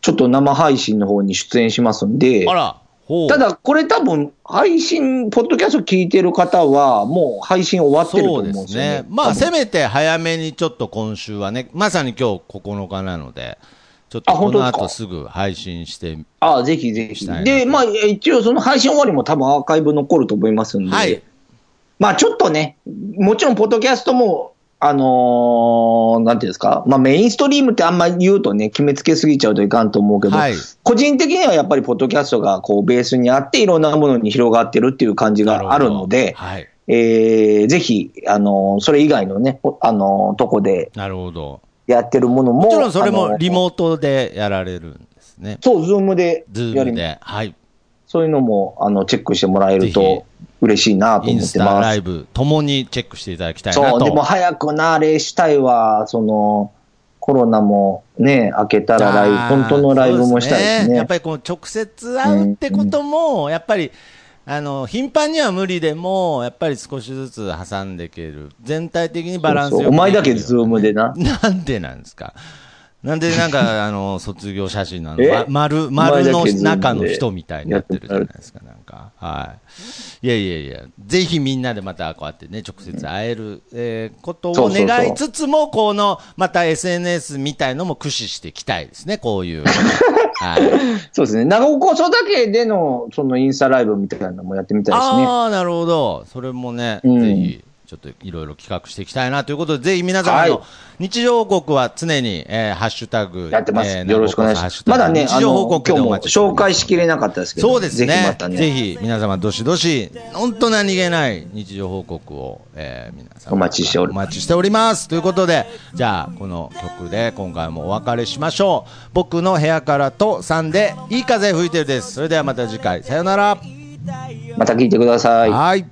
[SPEAKER 1] ちょっと生配信の方に出演しますんで
[SPEAKER 2] あ、ら。ほう
[SPEAKER 1] ただ、これ多分、配信、ポッドキャスト聞いてる方は、もう配信終わってると
[SPEAKER 2] そ
[SPEAKER 1] 思う
[SPEAKER 2] うんで
[SPEAKER 1] ですすよね。
[SPEAKER 2] ね。ま
[SPEAKER 1] 多
[SPEAKER 2] あ、
[SPEAKER 1] 分
[SPEAKER 2] せめて早めにちょっと今週はね、まさに今日9日なので、ちょっと
[SPEAKER 1] あ
[SPEAKER 2] こ
[SPEAKER 1] 本当
[SPEAKER 2] の
[SPEAKER 1] ですか
[SPEAKER 2] 後すぐ配信して、
[SPEAKER 1] ああ、ぜひぜひ
[SPEAKER 2] したい。な
[SPEAKER 1] で、まあ、え一応その配信終わりも多分アーカイブ残ると思いますんで、
[SPEAKER 2] はい。
[SPEAKER 1] まあちょっとね、もちろんポッドキャストも、あのーなんていうんですか、まあメインストリームってあんま言うとね、決めつけすぎちゃうといかんと思うけど、
[SPEAKER 2] はい
[SPEAKER 1] 個人的にはやっぱりポッドキャストがこうベースにあって、いろんなものに広がってるっていう感じがあるので、
[SPEAKER 2] はい。
[SPEAKER 1] えーぜひ、あのーそれ以外のね、ほあのーとこで
[SPEAKER 2] なるほど。
[SPEAKER 1] やってるものも、
[SPEAKER 2] もちろんそれ
[SPEAKER 1] あの
[SPEAKER 2] も
[SPEAKER 1] ー
[SPEAKER 2] リモートでやられるんですね。
[SPEAKER 1] そう、ズームで
[SPEAKER 2] ズ
[SPEAKER 1] や
[SPEAKER 2] ー
[SPEAKER 1] りま
[SPEAKER 2] ム
[SPEAKER 1] す
[SPEAKER 2] で。はい。
[SPEAKER 1] そういうのもあのチェックしてもらえる
[SPEAKER 2] ぜ
[SPEAKER 1] と嬉しいなと
[SPEAKER 2] イン
[SPEAKER 1] 思っ
[SPEAKER 2] ス
[SPEAKER 1] て
[SPEAKER 2] タ
[SPEAKER 1] ま
[SPEAKER 2] ラ
[SPEAKER 1] す。
[SPEAKER 2] イブともにチェックしていただきたいな
[SPEAKER 1] そう、でも
[SPEAKER 2] と。
[SPEAKER 1] 早くな、あれしたいわ、その、コロナもね、明けたらライブ、
[SPEAKER 2] あー
[SPEAKER 1] 本当のライブもしたいです
[SPEAKER 2] そう
[SPEAKER 1] ね。
[SPEAKER 2] やっぱりこう直接会うってことも、やっぱり、あの、頻繁には無理でも、やっぱり少しずつ挟んでいける。全体的にバランス
[SPEAKER 1] そう
[SPEAKER 2] よ
[SPEAKER 1] そ
[SPEAKER 2] く
[SPEAKER 1] うお前だけ
[SPEAKER 2] でき
[SPEAKER 1] ズ
[SPEAKER 2] るよ
[SPEAKER 1] ー
[SPEAKER 2] う
[SPEAKER 1] ムでな。
[SPEAKER 2] なんでなんですかなんでなん か、あの、卒業写真なの、
[SPEAKER 1] え
[SPEAKER 2] ま丸、丸の中の人みたいになってるじゃないですか、なんか。はい。いやいやいや、ぜひみんなでまたこうやってね、直接会える、えーこと
[SPEAKER 1] そ
[SPEAKER 2] を
[SPEAKER 1] うそうそう
[SPEAKER 2] 願いつつも、この、また SNS みたいのも駆使していきたいですね、こういう。はい。
[SPEAKER 1] そうですね。長岡こそだけでの、そのインスタライブみたいなのもやってみたいですね。
[SPEAKER 2] ああ、なるほど。それもね、
[SPEAKER 1] うん
[SPEAKER 2] ぜひ。ちょっといろいろ企画していきたいなということで、ぜひ皆様
[SPEAKER 1] はい
[SPEAKER 2] の日常報告は常に、えーハッシュタグ、
[SPEAKER 1] やってます。
[SPEAKER 2] えー
[SPEAKER 1] よろしくお願いしま
[SPEAKER 2] ハッシ
[SPEAKER 1] す
[SPEAKER 2] ュ。タ
[SPEAKER 1] ま
[SPEAKER 2] グ
[SPEAKER 1] だね、
[SPEAKER 2] 日
[SPEAKER 1] あ
[SPEAKER 2] 常
[SPEAKER 1] の、
[SPEAKER 2] 報
[SPEAKER 1] 今
[SPEAKER 2] 告
[SPEAKER 1] 日
[SPEAKER 2] でお
[SPEAKER 1] も
[SPEAKER 2] 待ちしており
[SPEAKER 1] 紹
[SPEAKER 2] ます
[SPEAKER 1] 介しきれなかったですけど、
[SPEAKER 2] そうです
[SPEAKER 1] ぜひま
[SPEAKER 2] ね。
[SPEAKER 1] た
[SPEAKER 2] ぜ
[SPEAKER 1] ね、
[SPEAKER 2] ひ皆様どしどし、本当何気ない日常報告を、えー皆様
[SPEAKER 1] お待ちしており
[SPEAKER 2] お待ちしております。ということで、じゃあこの曲で今回もお別れしましょう。僕の部屋からとさんでいい風吹いてるです。それではまた次回さよなら。
[SPEAKER 1] また聞いてください。
[SPEAKER 2] はい。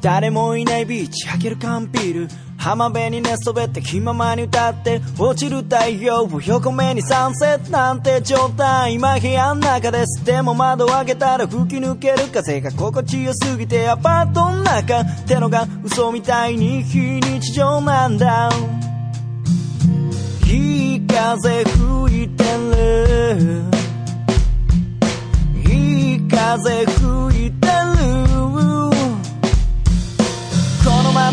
[SPEAKER 4] 誰もいないビーチ開ける缶ビール浜辺に寝そべって気ままに歌って落ちる太陽を横目にサンセットなんて状態今部屋の中ですでも窓を開けたら吹き抜ける風が心地よすぎてアパートの中ってのが嘘みたいに非日常なんだいい風吹いてるいい風吹いてるこのま